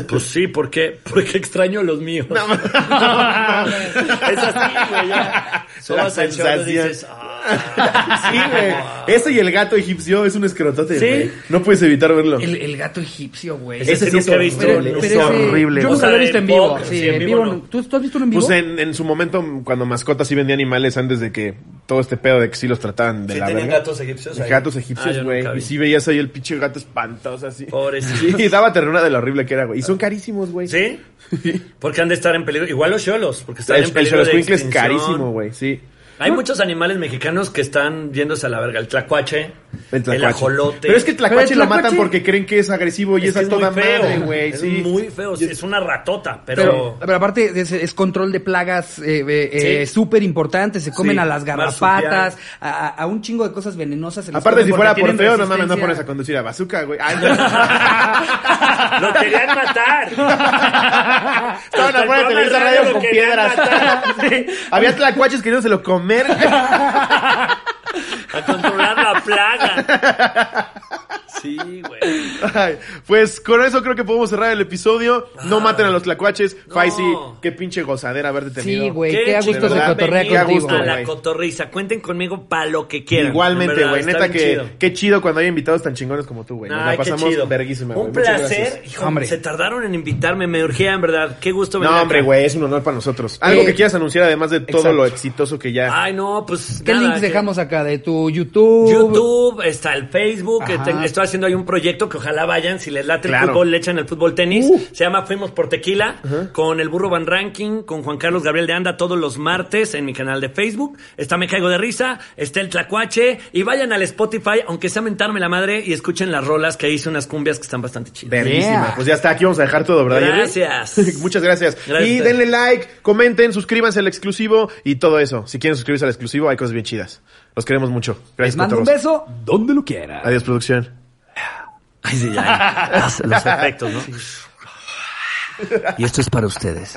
Pues sí, ¿por qué? Porque extraño los míos.
*laughs*
*laughs* es así,
*laughs*
güey,
La
ya. Sobas el chorro y
sensación.
dices, "Ah".
Sí, güey. Ese y el gato egipcio es un escrotote,
Sí.
güey. No puedes evitar verlo.
El, el gato egipcio, güey.
Ese
Ese sí es
nunca he visto,
horrible,
¿no?
es
ese-
horrible.
Yo
O
nunca
sea,
lo he visto en
en
vivo.
poker,
Sí,
sí,
en vivo. no.
no.
¿Tú, tú has visto uno en vivo?
Pues en, en su momento, cuando mascotas sí vendían animales antes de que todo este pedo de que sí los trataban de
Sí,
la
tenían
verga.
gatos egipcios
De
ahí.
Gatos
Ah, yo
egipcios,
nunca
güey.
vi.
y sí veías ahí el pinche gato espantoso así. *laughs*
Pobrecito.
Sí, daba ternura de lo horrible que era, güey. Y son carísimos, güey.
Ah. ¿Sí?
*laughs*
Porque han de estar en peligro. Igual los cholos, porque están
El,
en
el
peligro. de
Xoloscuincle es
extinción.
carísimo, güey. Sí.
Hay muchos animales mexicanos que están yéndose a la verga. El tlacuache, el,
tlacuache.
ajolote.
Pero es que el
Pero el
tlacuache lo
tlacuache-
matan porque creen que es agresivo y
Es
es,
que
a
es
toda
muy feo.
madre, güey.
Es
Sí.
muy feo. sí, Es una ratota,
Pero,
pero.
pero aparte es, es control de plagas eh, eh, eh,
Sí.
súper importante. Se comen
Sí,
a las garrapatas, a, a- a un chingo de cosas venenosas. se las
Aparte,
comen
si fuera
porque
por
tienen
feo, no mames, no
resistencia.
pones a conducir a bazooka,
*laughs*
güey. Ay, no.
*laughs* ¡Lo querían matar!
Estaban afuera de Televisa Radio
lo
con
querían
piedras.
matar.
*laughs* Sí. Había tlacuaches queriéndoselo comer. *laughs*
A controlar la plaga. Sí, güey.
Ay, pues con eso creo que podemos cerrar el episodio. No maten a los tlacuaches.
Ah. No.
Faisy, qué pinche gozadera haberte tenido.
Sí, güey, qué, a gusto
chingón.
se cotorrea
venir
qué a
contigo.
gusto,
A la
güey.
cotorriza. Cuenten conmigo para lo que quieran.
Igualmente,
en
güey.
verdad,
Neta
está
que
bien chido.
qué chido cuando hay invitados tan chingones como tú, güey. Nos
Ay,
la
qué chido.
pasamos verguísima, güey.
Un
Muchas gracias.
placer. Hijo,
Hombre.
se tardaron en invitarme. Me urgía, en verdad. Qué gusto venir.
No, hombre,
acá.
güey, es un honor para nosotros. Algo
Eh,
que quieras anunciar además de todo
exacto.
lo exitoso que ya.
Ay, no, pues.
¿Qué
nada,
links
que-
dejamos acá? ¿De tu YouTube?
YouTube, está el Facebook,
Ajá.
te- estoy haciendo ahí un proyecto que ojalá vayan, si les late el
Claro.
fútbol, le echan el fútbol tenis,
Uh.
se llama Fuimos por Tequila, con el Burro Van Ranking, con Juan Carlos Gabriel de Anda todos los martes en mi canal de Facebook, está Me Caigo de Risa, está el Tlacuache, y vayan al Spotify, aunque sea mentarme la madre, y escuchen las rolas que hice unas cumbias que están bastante chidas.
Verguísima.
Yeah.
Pues ya está, aquí vamos a dejar todo, ¿verdad, Jerry?
Gracias.
*laughs* Muchas gracias.
Gracias a
Y
ustedes.
denle like, comenten, suscríbanse al exclusivo y todo eso. Si quieren suscribirse al exclusivo, hay cosas bien chidas. Los queremos mucho.
Les
Gracias
mando un
cotorros.
beso donde lo quieras.
Adiós, producción.
Ay, sí, ya. Los efectos, ¿no? Y esto es para ustedes.